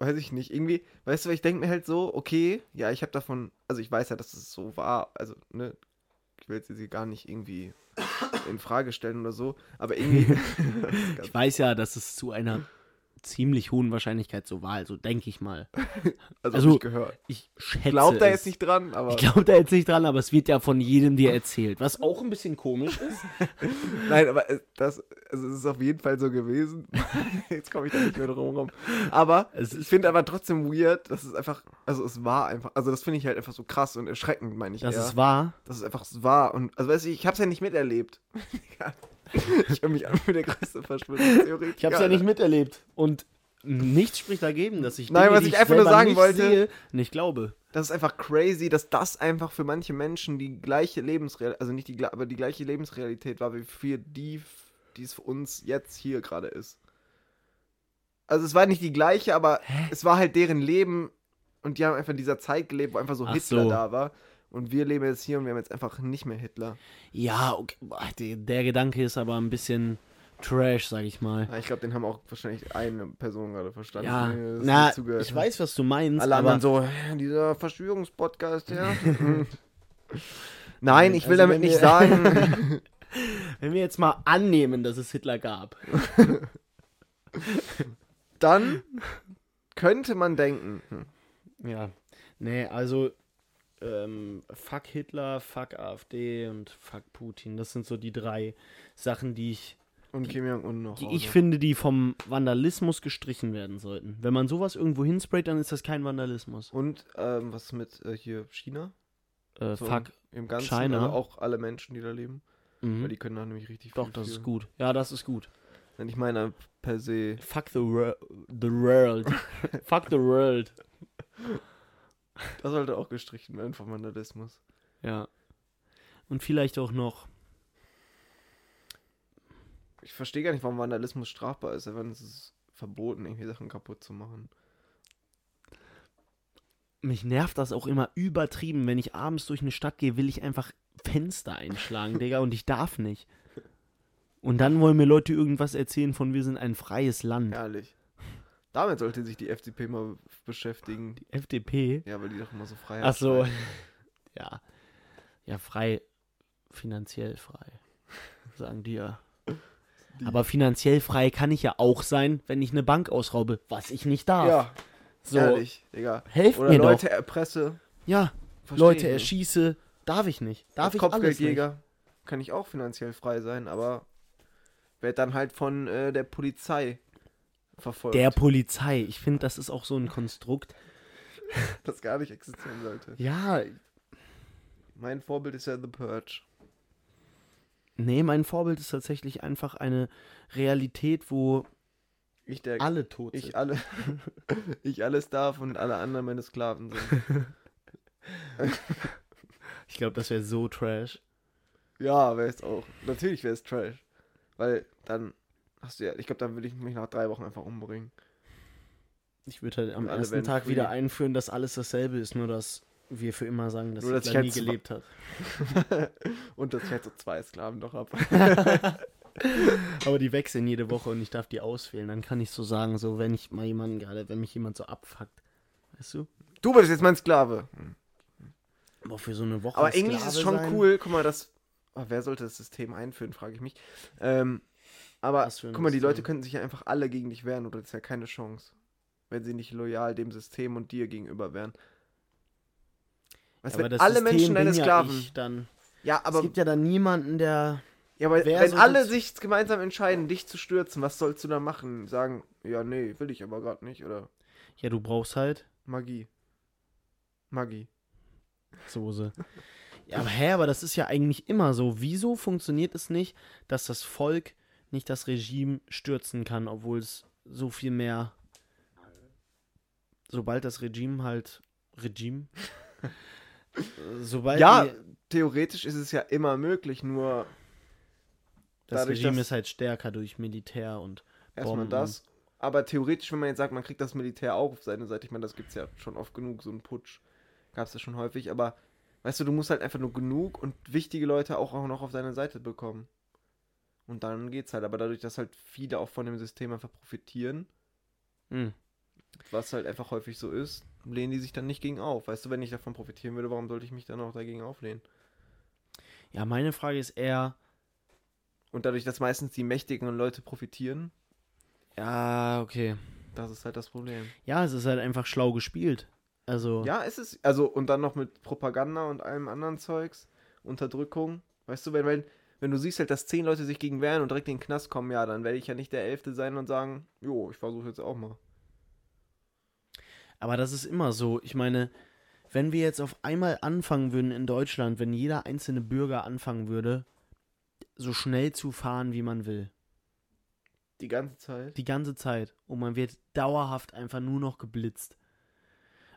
weiß ich nicht, irgendwie, weißt du, ich denke mir halt so, okay, ja, ich habe davon, also ich weiß ja, dass es so war, also, ne, ich will jetzt sie gar nicht irgendwie in Frage stellen oder so, aber irgendwie. Das ist ganz-
Ich weiß ja, dass es zu einer ziemlich hohen Wahrscheinlichkeit so war, also denke ich mal.
also,
also,
hab ich gehört.
Ich schätze
Ich glaub da
es.
jetzt nicht dran, aber
Ich glaube da jetzt nicht dran, aber es wird ja von jedem dir erzählt, was auch ein bisschen komisch ist.
nein, aber es- das, also es ist auf jeden Fall so gewesen. Jetzt komme ich da nicht mehr drum rum. Aber
Es
ich
ist-
finde aber trotzdem weird, dass es einfach, also es war einfach, also das finde ich halt einfach so krass und erschreckend, meine ich.
Das
eher.
ist wahr.
Das ist einfach wahr. Und, also, weißt du, ich hab's ja nicht miterlebt. ich habe mich an mit der größten Verschwörungstheorie.
Ich habe es ja nicht miterlebt und nichts spricht dagegen, dass ich
Nein, was
die
ich einfach nur
selber
sagen
nicht
wollte-
sehe, nicht glaube.
Das ist einfach crazy, dass das einfach für manche Menschen die gleiche Lebensrealität, also nicht die, gla- aber die gleiche Lebensrealität war, wie für die, f- die es für uns jetzt hier gerade ist. Also, es war nicht die gleiche, aber es war halt deren Leben und die haben einfach in dieser Zeit gelebt, wo einfach so
Ach
Hitler
so.
da war. Und wir leben jetzt hier und wir haben jetzt einfach nicht mehr Hitler.
Ja, okay, boah, der, der Gedanke ist aber ein bisschen trash, sag ich mal.
Ah, Ich glaube, den haben auch wahrscheinlich eine Person gerade verstanden.
Ja,
die das
na,
nicht zugehört
ich
hat.
weiß, was du meinst,
Alle
aber
anderen so, "Hä, dieser Verschwörungspodcast, Hm. ja. Nein, ich will
Also
damit
wenn
nicht
wir-
sagen.
wenn wir jetzt mal annehmen, dass es Hitler gab.
Dann könnte man denken. hm,
Ja, nee, also ähm, fuck Hitler, fuck AfD und fuck Putin. Das sind so die drei Sachen, die ich,
Und Kim Jong-un noch. also.
die
auch
ich
noch.
finde, die vom Vandalismus gestrichen werden sollten. Wenn man sowas irgendwo hinsprayt, dann ist das kein Vandalismus.
Und ähm, was mit äh, hier China?
Äh,
So
fuck.
Im Ganzen.
China.
Also auch alle Menschen, die da leben. Weil
Mhm.
die können da nämlich richtig
Doch,
viel
das
für.
ist gut. Ja, das ist gut.
Denn ich meine per se.
Fuck the, wor the world. fuck the world.
Das sollte auch gestrichen werden vom Vandalismus.
Ja. Und vielleicht auch noch.
Ich verstehe gar nicht, warum Vandalismus strafbar ist, wenn es ist verboten, irgendwie Sachen kaputt zu machen.
Mich nervt das auch immer übertrieben. Wenn ich abends durch eine Stadt gehe, will ich einfach Fenster einschlagen, Digga, und ich darf nicht. Und dann wollen mir Leute irgendwas erzählen von wir sind ein freies Land.
Ehrlich. Damit sollte sich die FDP mal beschäftigen.
FDP.
Ja, weil die doch immer so frei
Ach so.
abschneiden.
Ja. Ja, frei. Finanziell frei. Sagen die ja.
Die-
Aber finanziell frei kann ich ja auch sein, wenn ich eine Bank ausraube, was ich nicht darf.
Ja,
so,
ehrlich, Digga.
helft
Oder
mir
Leute
doch.
erpresse.
Ja,
Versteh
Leute
ich nicht.
erschieße, darf ich nicht. Darf
Als
ich alles nicht.
Kopfgeldjäger kann ich auch finanziell frei sein, aber werd dann halt von äh, der Polizei verfolgt.
Der Polizei. Ich finde, das ist auch so ein Konstrukt.
das gar nicht existieren sollte.
Ja,
Mein Vorbild ist ja The Purge.
nee, mein Vorbild ist tatsächlich einfach eine Realität, wo
Ich der
alle tot sind.
ich alle ich alles darf und alle anderen meine Sklaven sind.
Ich glaube, das wäre so trash.
Ja, wär's auch. Natürlich wär's Trash, weil dann hast du ja, ich glaube, dann würde ich mich nach drei Wochen einfach umbringen.
Ich würde halt am
Alle
ersten
werden
Tag
free.
wieder einführen, dass alles dasselbe ist, nur dass wir für immer sagen, dass
Nur, dass
Hitler
ich
nie
halt zwa-
gelebt hat.
und dass ich halt so zwei Sklaven noch hab.
Aber die wechseln jede Woche und ich darf die auswählen. Dann kann ich so sagen, so wenn ich mal jemanden gerade, wenn mich jemand so abfuckt. Weißt du?
Du bist jetzt mein Sklave.
Aber für so eine Woche.
Aber irgendwie ist es
Sklave
schon
sein-
cool. Guck mal, das. Ah, wer sollte das System einführen, frage ich mich. Ähm, aber
Was für ein
guck mal, die
System?
Leute könnten sich ja einfach alle gegen dich wehren oder das ist ja keine Chance. Wenn sie nicht loyal dem System und dir gegenüber wären.
Ja,
Was,
aber
wenn
das
alle
System
Menschen deine
bin ja
Sklaven.
ich dann.
Ja,
Aber es
aber,
gibt ja dann niemanden, der.
ja, aber
wer
wenn
soll
alle
das-
sich gemeinsam entscheiden, dich zu stürzen, was sollst du dann machen? Sagen, ja, nee, will ich aber gerade nicht oder
Ja, du brauchst halt
Magie. Magie.
Soße. Ja, aber hä, aber das ist ja eigentlich immer so. Wieso funktioniert es nicht, dass das Volk nicht das Regime stürzen kann, obwohl es so viel mehr. Sobald das Regime halt. Regime? Äh, sobald.
Ja,
die-
theoretisch ist es ja immer möglich, nur
das
dadurch,
Regime
dass-
ist halt stärker durch Militär und.
erstmal
Bomben.
das. Aber theoretisch, wenn man jetzt sagt, man kriegt das Militär auch auf seine Seite, ich meine, das gibt es ja schon oft genug, so einen Putsch gab es ja schon häufig, aber weißt du, du musst halt einfach nur genug und wichtige Leute auch, auch noch auf deine Seite bekommen. Und dann geht's halt, aber dadurch, dass halt viele auch von dem System einfach profitieren,
Hm.
was halt einfach häufig so ist, lehnen die sich dann nicht gegen auf. Weißt du, wenn ich davon profitieren würde, warum sollte ich mich dann auch dagegen auflehnen?
Ja, meine Frage ist eher.
Und dadurch, dass meistens die mächtigen Leute profitieren,
Ja, okay.
das ist halt das Problem.
Ja, es ist halt einfach schlau gespielt. Also.
Ja, es ist, also, und dann noch mit Propaganda und allem anderen Zeugs, Unterdrückung. Weißt du, wenn, wenn, wenn du siehst halt, dass zehn Leute sich gegen wehren und direkt in den Knast kommen, ja, dann werde ich ja nicht der Elfte sein und sagen, jo, ich versuche jetzt auch mal.
Aber das ist immer so. Ich meine, wenn wir jetzt auf einmal anfangen würden in Deutschland, wenn jeder einzelne Bürger anfangen würde, so schnell zu fahren, wie man will,
Die ganze Zeit.
die ganze Zeit, und man wird dauerhaft einfach nur noch geblitzt.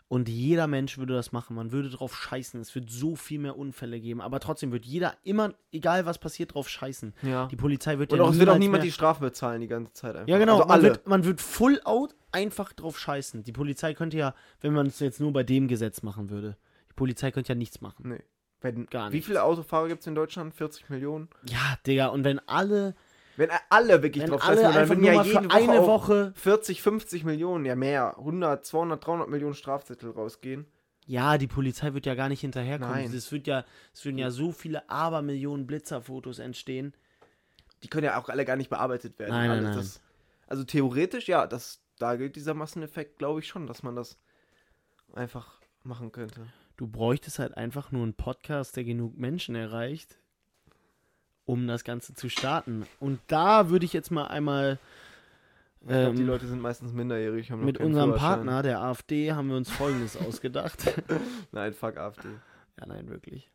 Und jeder Mensch würde das machen. Man würde drauf scheißen. Es wird so viel mehr Unfälle geben. Aber trotzdem wird jeder immer, egal was passiert, drauf scheißen.
Ja.
Die Polizei wird
Und
ja
auch, es wird auch
niemals
niemand
mehr-
die Strafen bezahlen die ganze Zeit einfach.
Ja, genau.
Also
man,
alle.
Wird, man wird full out einfach drauf scheißen. Die Polizei könnte ja, wenn man es jetzt nur bei dem Gesetz machen würde, die Polizei könnte ja nichts machen.
Nee. Wenn,
Gar
wie
nichts.
viele Autofahrer gibt es in Deutschland? 40 Millionen?
Ja, Digga, und wenn alle,
Wenn a- alle wirklich
wenn
drauf
alle
scheißen,
einfach
würden
nur mal für eine
auch
Woche.
40, 50 Millionen, ja mehr, 100, 200, 300 Millionen Strafzettel rausgehen.
Ja, die Polizei wird ja gar nicht hinterherkommen.
Nein.
Es wird ja, es würden ja so viele Abermillionen Blitzerfotos entstehen.
Die können ja auch alle gar nicht bearbeitet werden.
Nein, nein,
Alles
nein.
Das, also theoretisch, ja, das, da gilt dieser Masseneffekt, glaube ich schon, dass man das einfach machen könnte.
Du bräuchtest halt einfach nur einen Podcast, der genug Menschen erreicht, um das Ganze zu starten. Und da würde ich jetzt mal einmal
Ich glaub, die
Ähm,
Leute sind meistens minderjährig. Haben noch
mit
keinen
unserem
Führerschein.
Partner, der AfD, haben wir uns Folgendes ausgedacht.
Nein, fuck AfD.
Ja, nein, wirklich.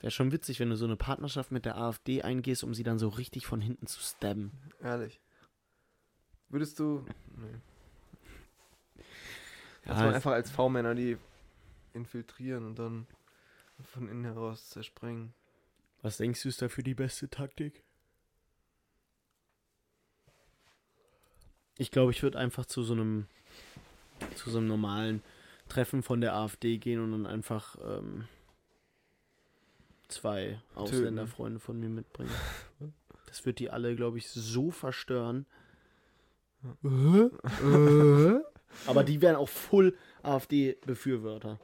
Wäre schon witzig, wenn du so eine Partnerschaft mit der AfD eingehst, um sie dann so richtig von hinten zu stabben.
Ehrlich. Würdest du. Nee.
Ja,
Dass man
es-
einfach als V-Männer die infiltrieren und dann von innen heraus zersprengen.
Was denkst du, ist dafür die beste Taktik? Ich glaube, ich würde einfach zu so einem zu so einem normalen Treffen von der AfD gehen und dann einfach ähm, zwei Ausländerfreunde von mir mitbringen. Das wird die alle, glaube ich, so verstören.
Äh?
Aber die wären auch voll AfD-Befürworter.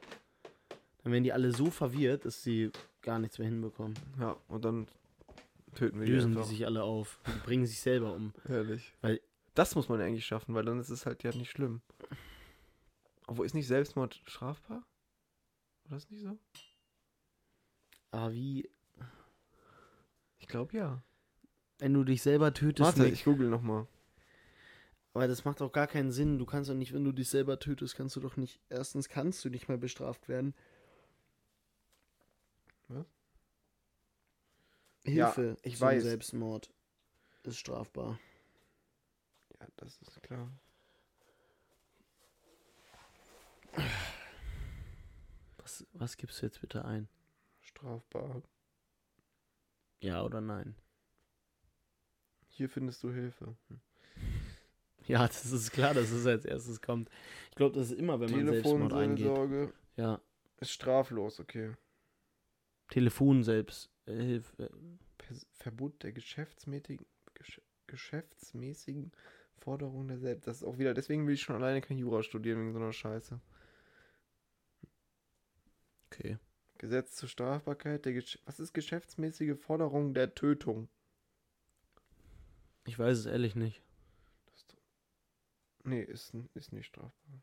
Dann wären die alle so verwirrt, dass sie gar nichts mehr hinbekommen.
Ja, und dann töten wir
Lösen
die
die
einfach.
sich alle auf. Die bringen sich selber um.
Ehrlich.
Weil-
das muss man ja eigentlich schaffen, weil dann ist es halt ja nicht schlimm. Obwohl, ist nicht Selbstmord strafbar? War das nicht so?
Aber wie,
Ich glaube ja.
wenn du dich selber tötest,
Warte,
Nick-
ich google nochmal.
aber das macht doch gar keinen Sinn. Du kannst doch nicht, wenn du dich selber tötest, kannst du doch nicht, erstens kannst du nicht mal bestraft werden.
Was? Ja,
Hilfe
ich
zum
weiß.
Selbstmord ist strafbar.
Ja, das ist klar.
Was, was gibst du jetzt bitte ein?
Strafbar.
Ja oder nein?
Hier findest du Hilfe.
Ja, das ist klar, dass es als erstes kommt. Ich glaube, das ist immer, wenn man Selbstmord eingeht.
Telefonseelsorge
Ja,
ist straflos, okay.
Telefon selbst. äh, Hilfe.
Pers Verbot der geschäftsmäßigen, gesch geschäftsmäßigen Forderung der Selbst. Das ist auch wieder, deswegen will ich schon alleine kein Jura studieren, wegen so einer Scheiße.
Okay.
Gesetz zur Strafbarkeit der Gesch Was ist geschäftsmäßige Forderung der Tötung?
Ich weiß es ehrlich nicht.
Das ist, nee, ist, n- ist nicht strafbar.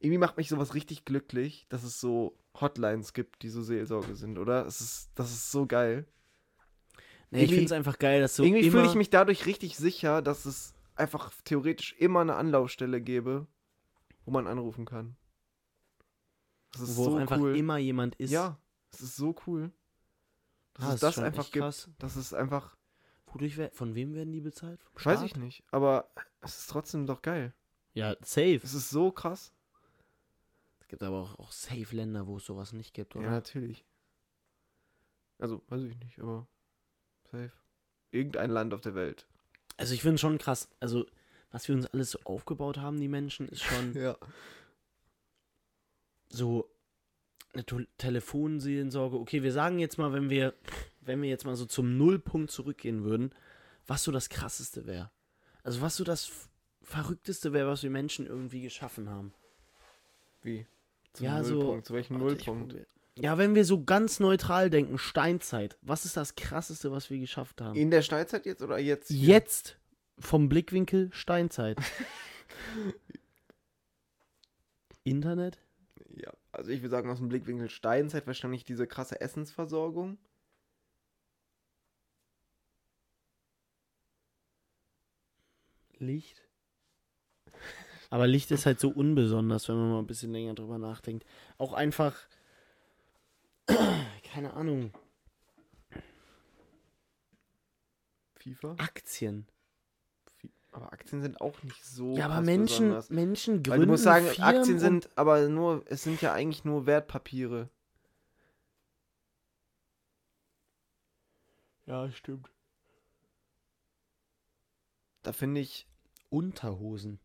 Irgendwie macht mich sowas richtig glücklich, dass es so Hotlines gibt, die so Seelsorge sind, oder? Es ist, das ist so geil.
Nee, ich
Irgendwie-
finde es einfach geil, dass so
Irgendwie
immer...
fühle ich mich dadurch richtig sicher, dass es einfach theoretisch immer eine Anlaufstelle gäbe, wo man anrufen kann. Das ist
wo auch
so
einfach
cool.
immer jemand ist.
ja, es ist so cool. Dass
Ah,
es
ist
das
schon
einfach
echt
gibt.
krass.
Das ist einfach,
Wodurch, wer- von wem werden die bezahlt? Vom
weiß
Staat?
ich nicht, aber es ist trotzdem doch geil.
Ja, safe.
Es ist so krass.
Es gibt aber auch, auch safe Länder, wo es sowas nicht gibt,
Ja,
oder?
natürlich. Also, weiß ich nicht, aber safe. Irgendein Land auf der Welt.
Also ich finde schon krass. Also, was wir uns alles so aufgebaut haben, die Menschen, ist schon
Ja.
so eine Tol- Telefonseelsorge. Okay, wir sagen jetzt mal, wenn wir, wenn wir jetzt mal so zum Nullpunkt zurückgehen würden, was so das krasseste wäre. Also was so das F- verrückteste wäre, was wir Menschen irgendwie geschaffen haben.
Wie?
Ja, so-
Nullpunkt. Zu welchem
Warte, ich
Nullpunkt?
probier- Ja, wenn wir so ganz neutral denken, Steinzeit, was ist das krasseste, was wir geschafft haben?
In der Steinzeit jetzt oder jetzt?
Jetzt vom Blickwinkel Steinzeit. Internet?
Ja. Also ich würde sagen, aus dem Blickwinkel Steinzeit wahrscheinlich diese krasse Essensversorgung.
Licht. Aber Licht ist halt so unbesonders, wenn man mal ein bisschen länger drüber nachdenkt. Auch einfach. Keine Ahnung.
FIFA.
Aktien.
Aber Aktien sind auch nicht so.
Ja, aber
krass
Menschen,
besonders.
Menschen gründen.
Weil du musst sagen,
Firmen
Aktien
und-
sind, aber nur, es sind ja eigentlich nur Wertpapiere.
Ja, stimmt.
Da finde ich,
Unterhosen.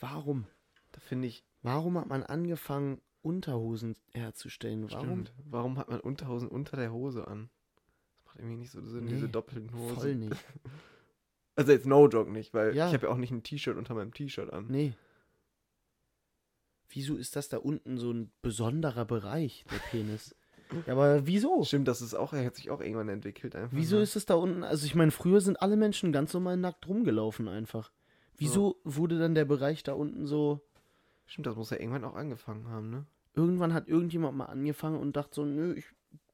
Warum?
da finde ich,
Warum hat man angefangen, Unterhosen herzustellen? Warum?
Stimmt. Warum hat man Unterhosen unter der Hose an? Das macht irgendwie nicht so Sinn, diese
Nee,
doppelten Hosen.
Voll nicht.
Also jetzt no joke nicht, weil
Ja.
ich habe ja auch nicht ein T-Shirt unter meinem T-Shirt an.
Nee. Wieso ist das da unten so ein besonderer Bereich, der Penis? ja, aber wieso?
Stimmt, das ist auch, er hat sich auch irgendwann entwickelt einfach.
Wieso
ne?
ist es da unten? Also ich meine, früher sind alle Menschen ganz normal nackt rumgelaufen einfach. Wieso wurde dann der Bereich da unten so?
Stimmt, das muss ja irgendwann auch angefangen haben, ne?
Irgendwann hat irgendjemand mal angefangen und dachte so, nö, ich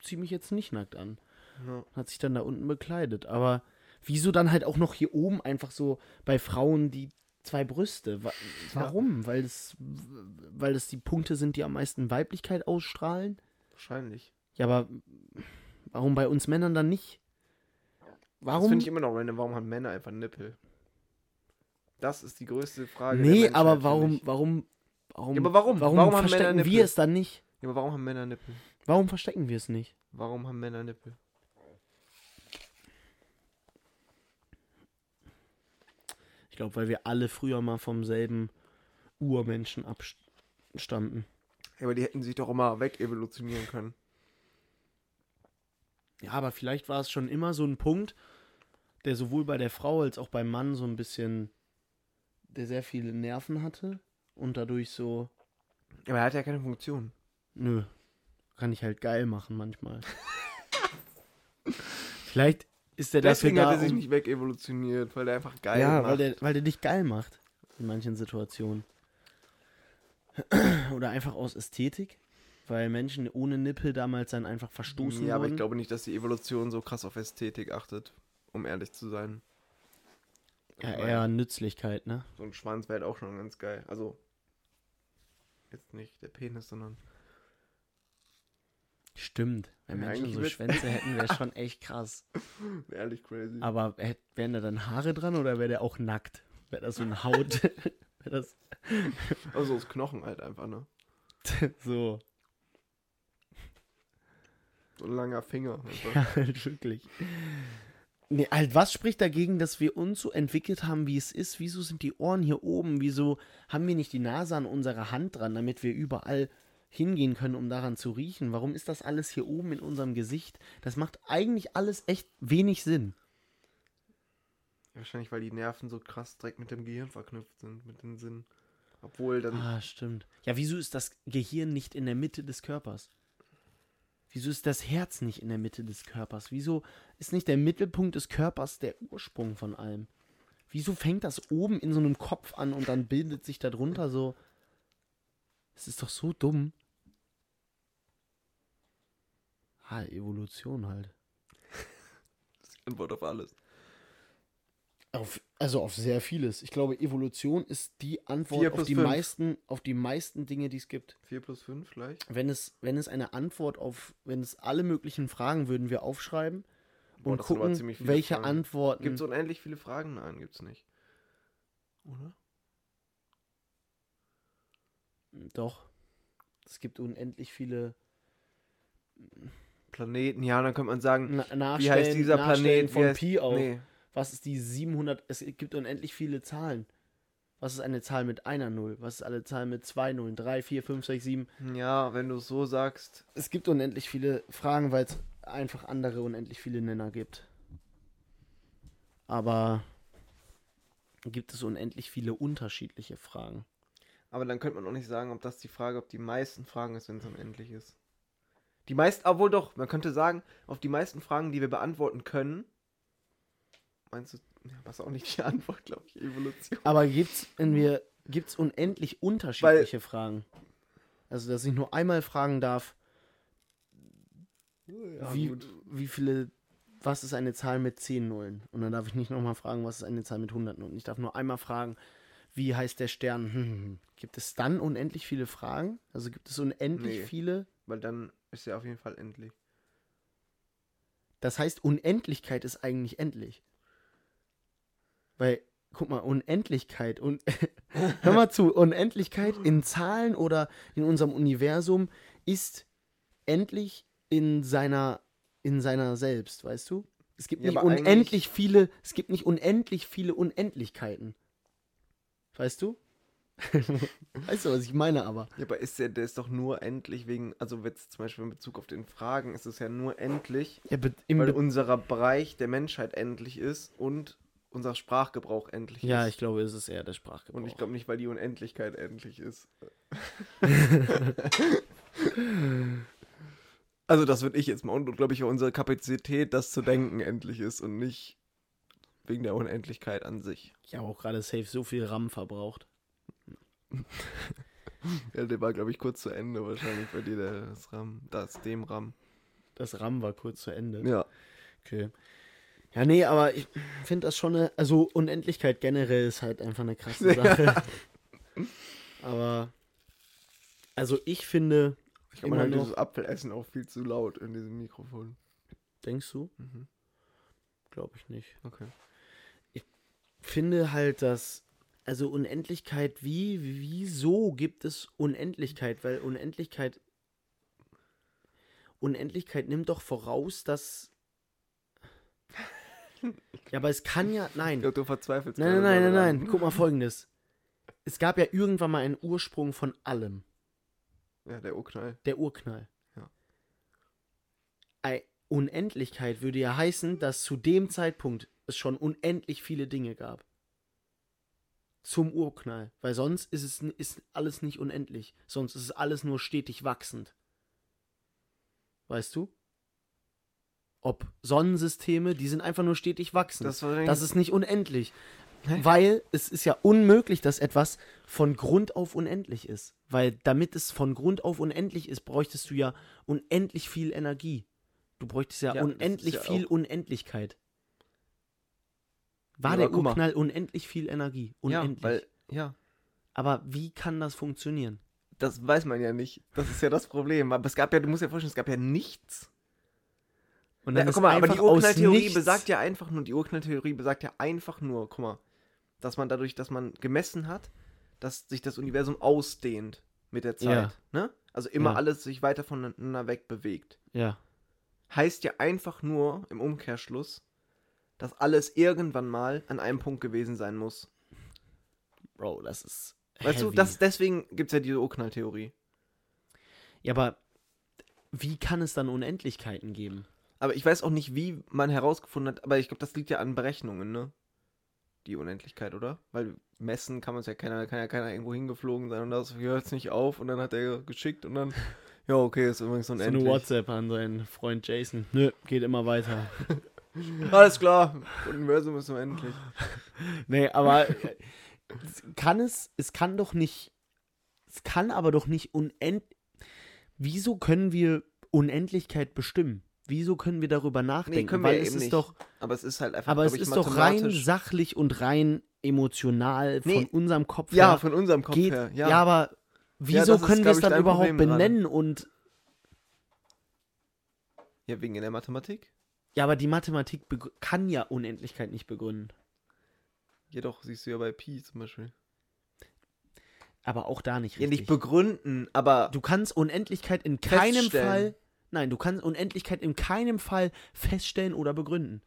zieh mich jetzt nicht nackt an.
Ja.
Hat sich dann da unten bekleidet. Aber wieso dann halt auch noch hier oben einfach so bei Frauen die zwei Brüste? Wa warum? Weil es, weil es die Punkte sind, die am meisten Weiblichkeit ausstrahlen?
Wahrscheinlich.
Ja, aber warum bei uns Männern dann nicht?
Das
Warum?
finde ich immer noch random, warum haben Männer einfach Nippel? Das ist die größte Frage. der
Nee,
Menschheit,
aber
finde
warum,
ich.
warum, warum,
Ja, aber warum?
warum,
Warum haben Männer
verstecken
Nippel?
wir es dann nicht?
Ja, aber warum haben Männer Nippel?
Warum verstecken wir es nicht?
Warum haben Männer Nippel?
Ich glaube, weil wir alle früher mal vom selben Urmenschen abstammten.
Ja, aber die hätten sich doch immer wegevolutionieren können.
Ja, aber vielleicht war es schon immer so ein Punkt, der sowohl bei der Frau als auch beim Mann so ein bisschen, der sehr viele Nerven hatte und dadurch so,
Aber er hat ja keine Funktion.
nö, kann ich halt geil machen manchmal. vielleicht ist der dafür
Deswegen
da,
hat er sich
um-
nicht wegevolutioniert, weil er einfach geil
ja,
macht.
Weil, der, weil der dich geil macht in manchen Situationen. Oder einfach aus Ästhetik, weil Menschen ohne Nippel damals dann einfach verstoßen
Ja, aber
wurden.
ich glaube nicht, dass die Evolution so krass auf Ästhetik achtet, um ehrlich zu sein.
ja,
Weil
eher Nützlichkeit, ne?
So ein Schwanz wäre halt auch schon ganz geil. Also, jetzt nicht der Penis, sondern.
Stimmt. Wenn
Ja,
Menschen
eigentlich
so
wird's-
Schwänze hätten, wäre schon echt krass.
Wär Ehrlich crazy.
Aber hätt- wären da dann Haare dran oder wäre der auch nackt? Wäre das so eine Haut? wäre das
Also, aus Knochen halt einfach, ne?
so?
So ein langer Finger. Einfach.
Ja, halt wirklich. Nee, halt, was spricht dagegen, dass wir uns so entwickelt haben, wie es ist? Wieso sind die Ohren hier oben? Wieso haben wir nicht die Nase an unserer Hand dran, damit wir überall hingehen können, um daran zu riechen? Warum ist das alles hier oben in unserem Gesicht? Das macht eigentlich alles echt wenig Sinn.
Wahrscheinlich, weil die Nerven so krass direkt mit dem Gehirn verknüpft sind, mit den Sinnen. Obwohl, dann.
Ah, stimmt. Ja, wieso ist das Gehirn nicht in der Mitte des Körpers? Wieso ist das Herz nicht in der Mitte des Körpers? Wieso ist nicht der Mittelpunkt des Körpers der Ursprung von allem? Wieso fängt das oben in so einem Kopf an und dann bildet sich darunter so. Es ist doch so dumm. Ah, Evolution halt.
Das ist die Antwort auf alles.
Auf, also auf sehr vieles. Ich glaube, Evolution ist die
Vier
Antwort auf
plus
die,
fünf.
meisten, auf die meisten Dinge, die es gibt.
4 plus 5 gleich?
Wenn es, wenn es eine Antwort auf, wenn es alle möglichen Fragen würden wir aufschreiben
Boah,
und
das sind aber
gucken,
ziemlich viele
welche
Fragen.
Antworten.
Gibt es unendlich viele Fragen? Nein, gibt's nicht. Oder?
Doch. Es gibt unendlich viele
Planeten, ja, dann könnte man sagen,
Na Nachstellen,
wie heißt dieser
Nachstellen
Planet?
von
Wie heißt,
Pi auf.
Nee,
Was ist die 700? Es gibt unendlich viele Zahlen. Was ist eine Zahl mit einer Null? Was ist eine Zahl mit zwei Nullen? Drei, vier, fünf, sechs, sieben.
ja, wenn du es so sagst.
Es gibt unendlich viele Fragen, weil es einfach andere unendlich viele Nenner gibt. Aber gibt es unendlich viele unterschiedliche Fragen?
Aber dann könnte man auch nicht sagen, ob das die Frage, ob die meisten Fragen ist, wenn es unendlich ist. Die meisten, obwohl doch, man könnte sagen, auf die meisten Fragen, die wir beantworten können, meinst du, ja, was auch nicht die Antwort, glaube ich, Evolution.
Aber gibt's, wenn wir, gibt's unendlich unterschiedliche Fragen? Also, dass ich nur einmal fragen darf, wie, wie viele, was ist eine Zahl mit 10 Nullen? Und dann darf ich nicht nochmal fragen, was ist eine Zahl mit 100 Nullen. Ich darf nur einmal fragen, wie heißt der Stern? Hm. Gibt es dann unendlich viele Fragen? Also gibt es unendlich
Nee.
viele?
Weil dann ist ja auf jeden Fall endlich.
Das heißt, Unendlichkeit ist eigentlich endlich. Weil, guck mal, Unendlichkeit und hör mal zu, Unendlichkeit in Zahlen oder in unserem Universum ist endlich in seiner in seiner selbst, weißt du? Es gibt
Ja,
nicht
aber
unendlich viele, es gibt nicht unendlich viele Unendlichkeiten. Weißt du? weißt du, was ich meine aber?
Ja, aber ist der, der ist doch nur endlich wegen, also jetzt zum Beispiel in Bezug auf den Fragen, ist es ja nur endlich,
Ja, be- im
weil
Be-
unserer Bereich der Menschheit endlich ist und unser Sprachgebrauch endlich
ja,
ist.
ich glaube, es ist eher der Sprachgebrauch.
Und ich glaube nicht, weil die Unendlichkeit endlich ist. also das würde ich jetzt mal. Und glaube ich auch unsere Kapazität, das zu denken, endlich ist und nicht wegen der Unendlichkeit an sich.
ich habe auch gerade safe so viel RAM verbraucht.
Ja, der war, glaube ich, kurz zu Ende wahrscheinlich bei dir, der- das RAM, das dem RAM.
Das RAM war kurz zu Ende.
Ja.
Okay. Ja, nee, aber ich finde das schon eine. Also, Unendlichkeit generell ist halt einfach eine krasse Sache. Aber. Also, ich finde.
Ich glaube,
Immer
man hört
noch.
dieses Apfelessen auch viel zu laut in diesem Mikrofon.
Denkst du?
Mhm.
Glaube ich nicht.
Okay.
Finde halt, dass. Also, Unendlichkeit, wie. Wieso gibt es Unendlichkeit? Weil Unendlichkeit. Unendlichkeit nimmt doch voraus, dass. Ja, aber es kann ja. Nein.
Ich glaube, du verzweifelst
Nein,
gerade
nein, nein,
daran.
nein, nein. Guck mal folgendes. Es gab ja irgendwann mal einen Ursprung von allem.
Hm? Ja, der Urknall.
Der Urknall.
Ja.
Ei- Unendlichkeit würde ja heißen, dass zu dem Zeitpunkt es schon unendlich viele Dinge gab. Zum Urknall. Weil sonst ist es n- ist alles nicht unendlich. Sonst ist es alles nur stetig wachsend. Weißt du? Ob Sonnensysteme, die sind einfach nur stetig wachsend.
Das war
Das ist nicht unendlich.
Hä?
Weil es ist ja unmöglich, dass etwas von Grund auf unendlich ist. Weil damit es von Grund auf unendlich ist, bräuchtest du ja unendlich viel Energie. Du bräuchtest ja,
Ja, das ist
unendlich
ja
viel
auch-
Unendlichkeit. War
Ja,
der
aber guck mal.
Urknall unendlich viel Energie? Unendlich.
Ja, weil, ja,
aber wie kann das funktionieren?
Das weiß man ja nicht. Das ist ja das Problem. Aber es gab ja, du musst dir vorstellen, es gab ja nichts.
Und
Ja,
ist
guck mal, aber die
einfach aus
Urknalltheorie
nichts-
besagt ja einfach nur, die Urknalltheorie besagt ja einfach nur, guck mal, dass man dadurch, dass man gemessen hat, dass sich das Universum ausdehnt mit der Zeit. Ne? Also immer
Ja.
alles sich weiter voneinander weg bewegt.
Ja.
Heißt ja einfach nur im Umkehrschluss, dass alles irgendwann mal an einem Punkt gewesen sein muss.
Bro, das ist.
Weißt du,
heavy.
das, deswegen gibt es ja diese Urknalltheorie.
Ja, aber wie kann es dann Unendlichkeiten geben?
Aber ich weiß auch nicht, wie man herausgefunden hat, aber ich glaube, das liegt ja an Berechnungen, ne? Die Unendlichkeit, oder? Weil messen kann man es ja keiner, kann ja keiner irgendwo hingeflogen sein und das hört es nicht auf und dann hat er geschickt und dann, ja, okay, ist übrigens
So eine
unendlich.
WhatsApp an seinen Freund Jason. Nö, geht immer weiter.
Alles klar, Universum ist unendlich.
nee, aber äh, es kann es, es kann doch nicht, es kann aber doch nicht unend. Wieso können wir Unendlichkeit bestimmen? Wieso können wir darüber nachdenken?
können wir
Weil
ja
es
eben
ist
nicht.
doch,
Aber es ist halt einfach,
aber es
glaub ich,
ist doch rein
mathematisch-
sachlich und rein emotional von
Nee.
unserem Kopf
Ja,
her.
von unserem Kopf
geht,
her.
ja.
Ja,
aber wieso
das ist,
können wir
glaub
es
ich,
dann
dein
überhaupt
Problem gerade.
benennen und
ja, wegen in der Mathematik.
ja, aber die Mathematik begr- kann ja Unendlichkeit nicht begründen.
Jedoch siehst du ja bei Pi zum Beispiel.
Aber auch da nicht
Ja,
richtig.
nicht begründen, aber
du kannst Unendlichkeit in keinem
Feststellen.
Fall Nein, du kannst Unendlichkeit in keinem Fall feststellen oder begründen.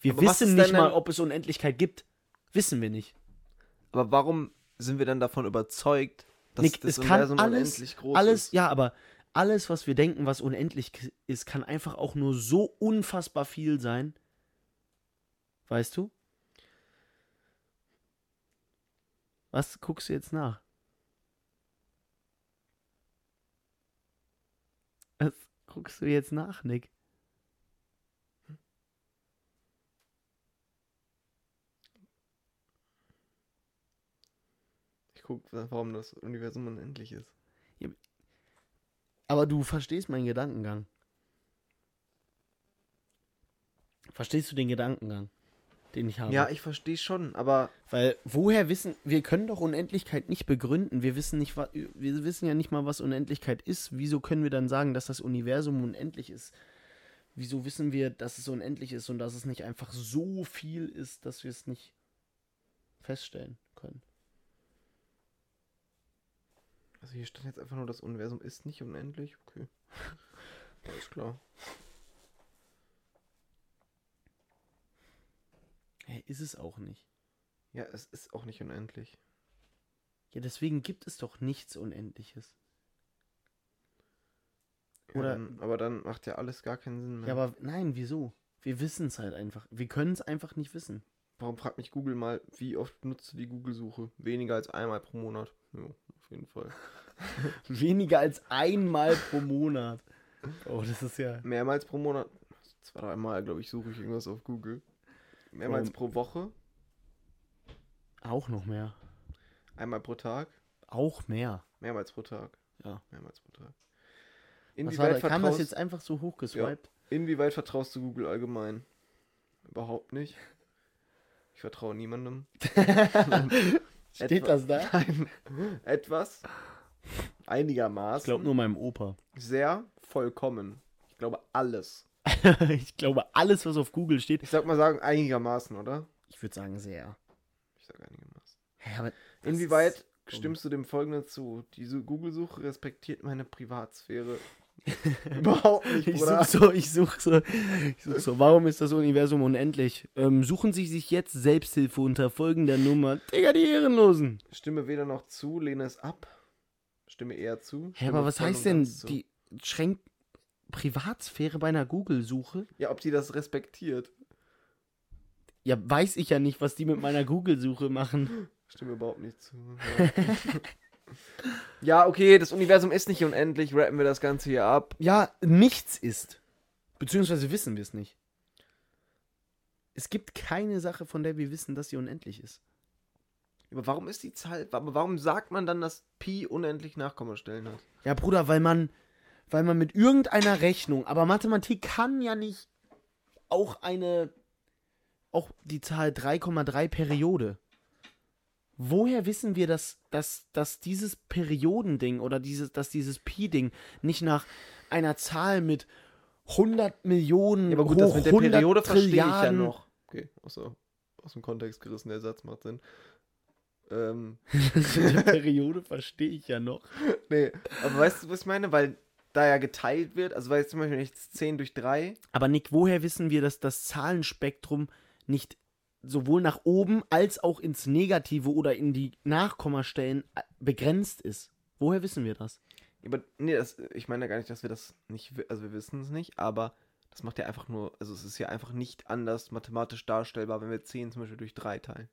Wir
Aber was
wissen
ist
nicht
denn
mal,
dann-
ob es Unendlichkeit gibt. Wissen wir nicht.
Aber warum sind wir dann davon überzeugt, dass
Nick,
das
es kann
Universum
alles-
unendlich groß
alles,
ist?
ja, aber alles, was wir denken, was unendlich k- ist, kann einfach auch nur so unfassbar viel sein. Weißt du? Was guckst du jetzt nach? Was guckst du jetzt nach, Nick?
Ich gucke, warum das Universum unendlich ist.
Aber du verstehst meinen Gedankengang. Verstehst du den Gedankengang, den ich habe?
Ja, ich verstehe schon, aber
Weil woher wissen, wir können doch Unendlichkeit nicht begründen. Wir wissen, nicht, wa- wir wissen ja nicht mal, was Unendlichkeit ist. Wieso können wir dann sagen, dass das Universum unendlich ist? Wieso wissen wir, dass es unendlich ist und dass es nicht einfach so viel ist, dass wir es nicht feststellen können?
also hier stand jetzt einfach nur, das Universum ist nicht unendlich. Okay. Alles klar.
Hä, ist es auch nicht.
Ja, es ist auch nicht unendlich.
Ja, deswegen gibt es doch nichts Unendliches.
Ja,
Oder-
dann, aber dann macht ja alles gar keinen Sinn mehr.
Ja, aber nein, wieso? Wir wissen es halt einfach. Wir können es einfach nicht wissen.
warum fragt mich Google mal, wie oft nutzt du die Google-Suche? Weniger als einmal pro Monat. Jo, auf jeden Fall.
Weniger als einmal pro Monat. Oh, das ist ja.
Mehrmals pro Monat. Zwei, dreimal, glaube ich, suche ich irgendwas auf Google. Mehrmals
Ähm.
pro Woche.
Auch noch mehr.
Einmal pro Tag.
Auch mehr.
Mehrmals pro Tag.
Ja.
Mehrmals pro Tag.
Was war da? Kam das
Inwieweit, vertraust,
jetzt einfach so hochgeswiped?
inwieweit vertraust du Google allgemein? Überhaupt nicht. Ich vertraue niemandem.
Steht das da?
Nein. Etwas. Einigermaßen.
Ich glaube nur meinem Opa.
Sehr vollkommen. Ich glaube alles.
ich glaube, alles, was auf Google steht.
Ich sag mal sagen, einigermaßen, oder?
Ich würde sagen, sehr.
Ich sag einigermaßen.
Hä, aber das
Inwieweit
ist-
stimmst du dem Folgenden zu? Diese Google-Suche respektiert meine Privatsphäre. Überhaupt nicht,
Ich
Bruder.
suche so, ich suche so, ich such so. Warum ist das Universum unendlich? Ähm, suchen Sie sich jetzt Selbsthilfe unter folgender Nummer. Digga, die Ehrenlosen.
Stimme weder noch zu, lehne es ab. Stimme eher zu.
Hä,
stimme
aber was
voll
heißt
und
denn,
ganz zu.
die schränkt Privatsphäre bei einer Google-Suche?
Ja, ob die das respektiert.
Ja, weiß ich ja nicht, was die mit meiner Google-Suche machen.
Stimme überhaupt nicht zu. Ja. ja, okay, das Universum ist nicht unendlich. Rappen wir das Ganze hier ab.
Ja, nichts ist. Beziehungsweise wissen wir es nicht. Es gibt keine Sache, von der wir wissen, dass sie unendlich ist.
Aber warum ist die Zahl. Aber warum sagt man dann, dass Pi unendlich Nachkommastellen hat?
Ja, Bruder, weil man, weil man mit irgendeiner Rechnung, aber Mathematik kann ja nicht auch eine, auch die Zahl 3,3 Periode. Woher wissen wir, dass, dass, dass dieses Periodending oder dieses, dass dieses Pi-Ding nicht nach einer Zahl mit 100 Millionen
Ja, aber gut,
hoch
das mit der
100
Periode verstehe ich ja
Trilliarden-
noch. Okay, außer, aus dem Kontext gerissen, der Satz macht Sinn. Ähm,
Das mit der Periode verstehe ich ja noch.
nee, aber weißt du, was ich meine? Weil da ja geteilt wird, also weil jetzt zum Beispiel nicht 10 durch 3,
Aber Nick, woher wissen wir, dass das Zahlenspektrum nicht sowohl nach oben als auch ins Negative oder in die Nachkommastellen äh, begrenzt ist? Woher wissen wir das?
aber nee, das, ich meine ja gar nicht, dass wir das nicht, wi- also wir wissen es nicht, aber das macht ja einfach nur, also es ist ja einfach nicht anders mathematisch darstellbar, wenn wir 10 zum Beispiel durch 3 teilen.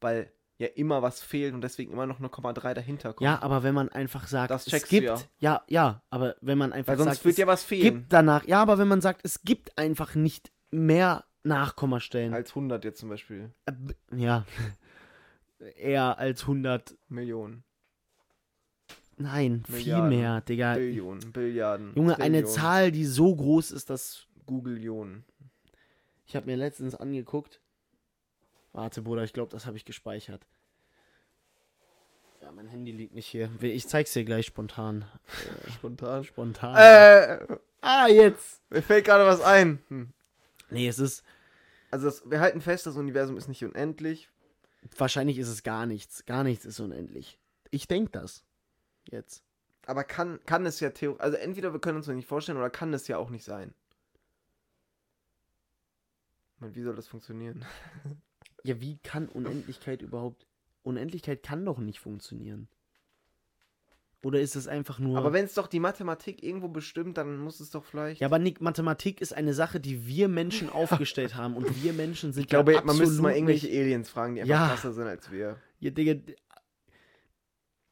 Weil ja immer was fehlt und deswegen immer noch eine Komma 3 dahinter kommt.
Ja, aber wenn man einfach sagt,
Das
es
checkst du
gibt,
ja.
ja, ja, aber wenn man einfach
weil sonst
sagt,
wird
es
ja was fehlen.
gibt danach, ja, aber wenn man sagt, es gibt einfach nicht mehr Nachkommastellen,
Als 100 jetzt zum Beispiel.
äh, b- ja, eher als 100,
Millionen,
nein, viel
Milliarden.
mehr, Digga.
Billionen, Billiarden.
Junge, eine
Trillionen.
Zahl, die so groß ist, dass
Google-Ionen.
Ich habe mir letztens angeguckt. Warte, Bruder, ich glaube, das habe ich gespeichert. Ja, mein Handy liegt nicht hier. Ich zeig's dir gleich spontan.
Spontan.
Spontan.
Äh,
Ah, jetzt!
mir fällt gerade was ein. Hm.
Nee, es ist.
Also das, wir halten fest, das Universum ist nicht unendlich.
Wahrscheinlich ist es gar nichts. Gar nichts ist unendlich. Ich denk das. Jetzt.
Aber kann, kann es ja theoretisch. Also entweder wir können uns das nicht vorstellen oder kann es ja auch nicht sein. Ich meine, wie soll das funktionieren?
Ja, wie kann Unendlichkeit überhaupt. Unendlichkeit kann doch nicht funktionieren. Oder ist es einfach nur.
Aber wenn es doch die Mathematik irgendwo bestimmt, dann muss es doch vielleicht.
ja, aber Nick, Mathematik ist eine Sache, die wir Menschen aufgestellt haben. Und wir Menschen sind
ich glaube,
ja
man müsste mal
absolut
irgendwelche
nicht-
Aliens fragen, die einfach
Ja.
krasser sind als wir.
Ja, Digga, d-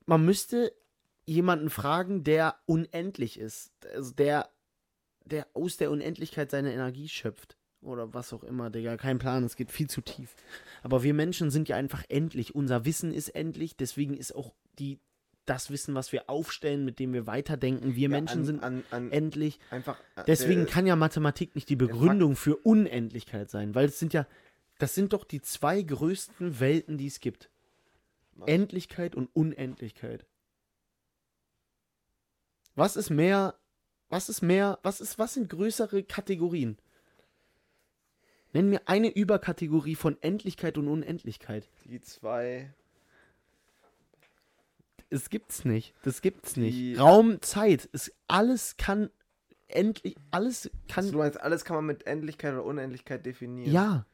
man müsste jemanden fragen, der unendlich ist. Also der, der aus der Unendlichkeit seine Energie schöpft. Oder was auch immer, Digga. Kein Plan, es geht viel zu tief. Aber wir Menschen sind ja einfach endlich. Unser Wissen ist endlich, deswegen ist auch die, das Wissen, was wir aufstellen, mit dem wir weiterdenken. Wir
Ja,
Menschen
an,
sind
an, an,
endlich.
einfach. äh,
Deswegen
der-
kann ja Mathematik nicht die Begründung für Unendlichkeit sein, weil es sind ja, das sind doch die zwei größten Welten, die es gibt. Endlichkeit und Unendlichkeit. Was ist mehr, was ist mehr, was ist, was sind größere Kategorien? Nenn mir eine Überkategorie von Endlichkeit und Unendlichkeit.
die zwei.
Es gibt's nicht. Das gibt's nicht.
Die-
Raum, Zeit, ist alles kann endlich, alles
Also
kann
du meinst, alles kann man mit Endlichkeit oder Unendlichkeit definieren.
Ja.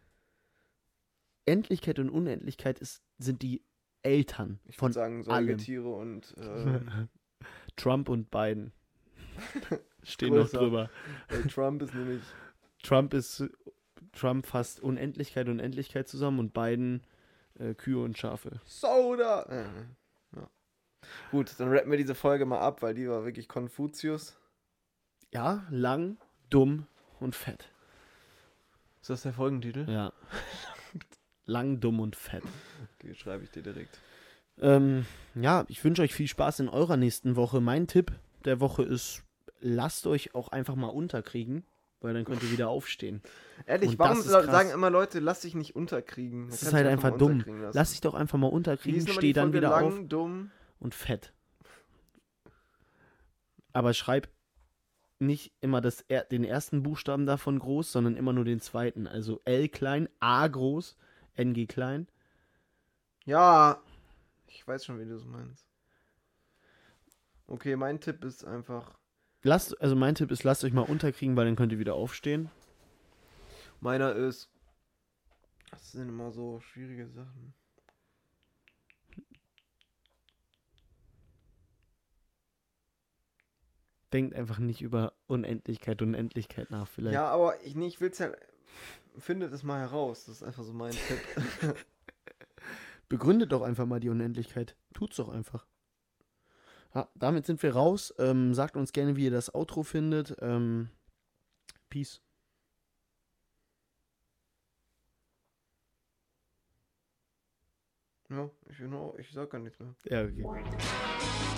Endlichkeit und Unendlichkeit ist, sind die Eltern
Ich
von
würde sagen,
allem.
Säugetiere und äh,
Trump und Biden. Stehen noch
Größer.
drüber.
weil Trump ist nämlich.
Trump ist Trump fasst Unendlichkeit und Endlichkeit zusammen und Biden äh, Kühe und Schafe.
Soda! Äh, ja. Gut, dann rappen wir diese Folge mal ab, weil die war wirklich Konfuzius.
Ja, lang, dumm und fett.
Ist das der Folgentitel?
Ja. lang, dumm und fett.
Die schreibe ich dir direkt.
Ähm, ja, ich wünsche euch viel Spaß in eurer nächsten Woche. Mein Tipp der Woche ist, lasst euch auch einfach mal unterkriegen, weil dann könnt ihr wieder aufstehen.
Ehrlich,
Und
warum
das ist
sa-
krass.
sagen immer Leute, lass dich nicht unterkriegen? Man
Das
kann
ist
sich
halt einfach
mal
dumm.
unterkriegen lassen.
Lass dich doch einfach mal
Wie hieß
unterkriegen,
nochmal
steh
die
dann
Folge?
wieder
lang,
auf
dumm.
und fett. Aber schreib nicht immer das, er- den ersten Buchstaben davon groß, sondern immer nur den zweiten. Also L klein, A groß, NG klein.
Ja, ich weiß schon, wie du es meinst. Okay, mein Tipp ist einfach.
Lasst, also mein Tipp ist, lasst euch mal unterkriegen, weil dann könnt ihr wieder aufstehen.
Meiner ist. Das sind immer so schwierige Sachen.
Denkt einfach nicht über Unendlichkeit und Endlichkeit nach vielleicht.
Ja, aber ich, nee, ich will's ja. Findet es mal heraus. Das ist einfach so mein Tipp.
Begründet doch einfach mal die Unendlichkeit. Tut's doch einfach. Ja, damit sind wir raus. Ähm, sagt uns gerne, wie ihr das Outro findet. Ähm, peace.
ja, ich, genau, ich sag gar nichts mehr.
Ja, okay.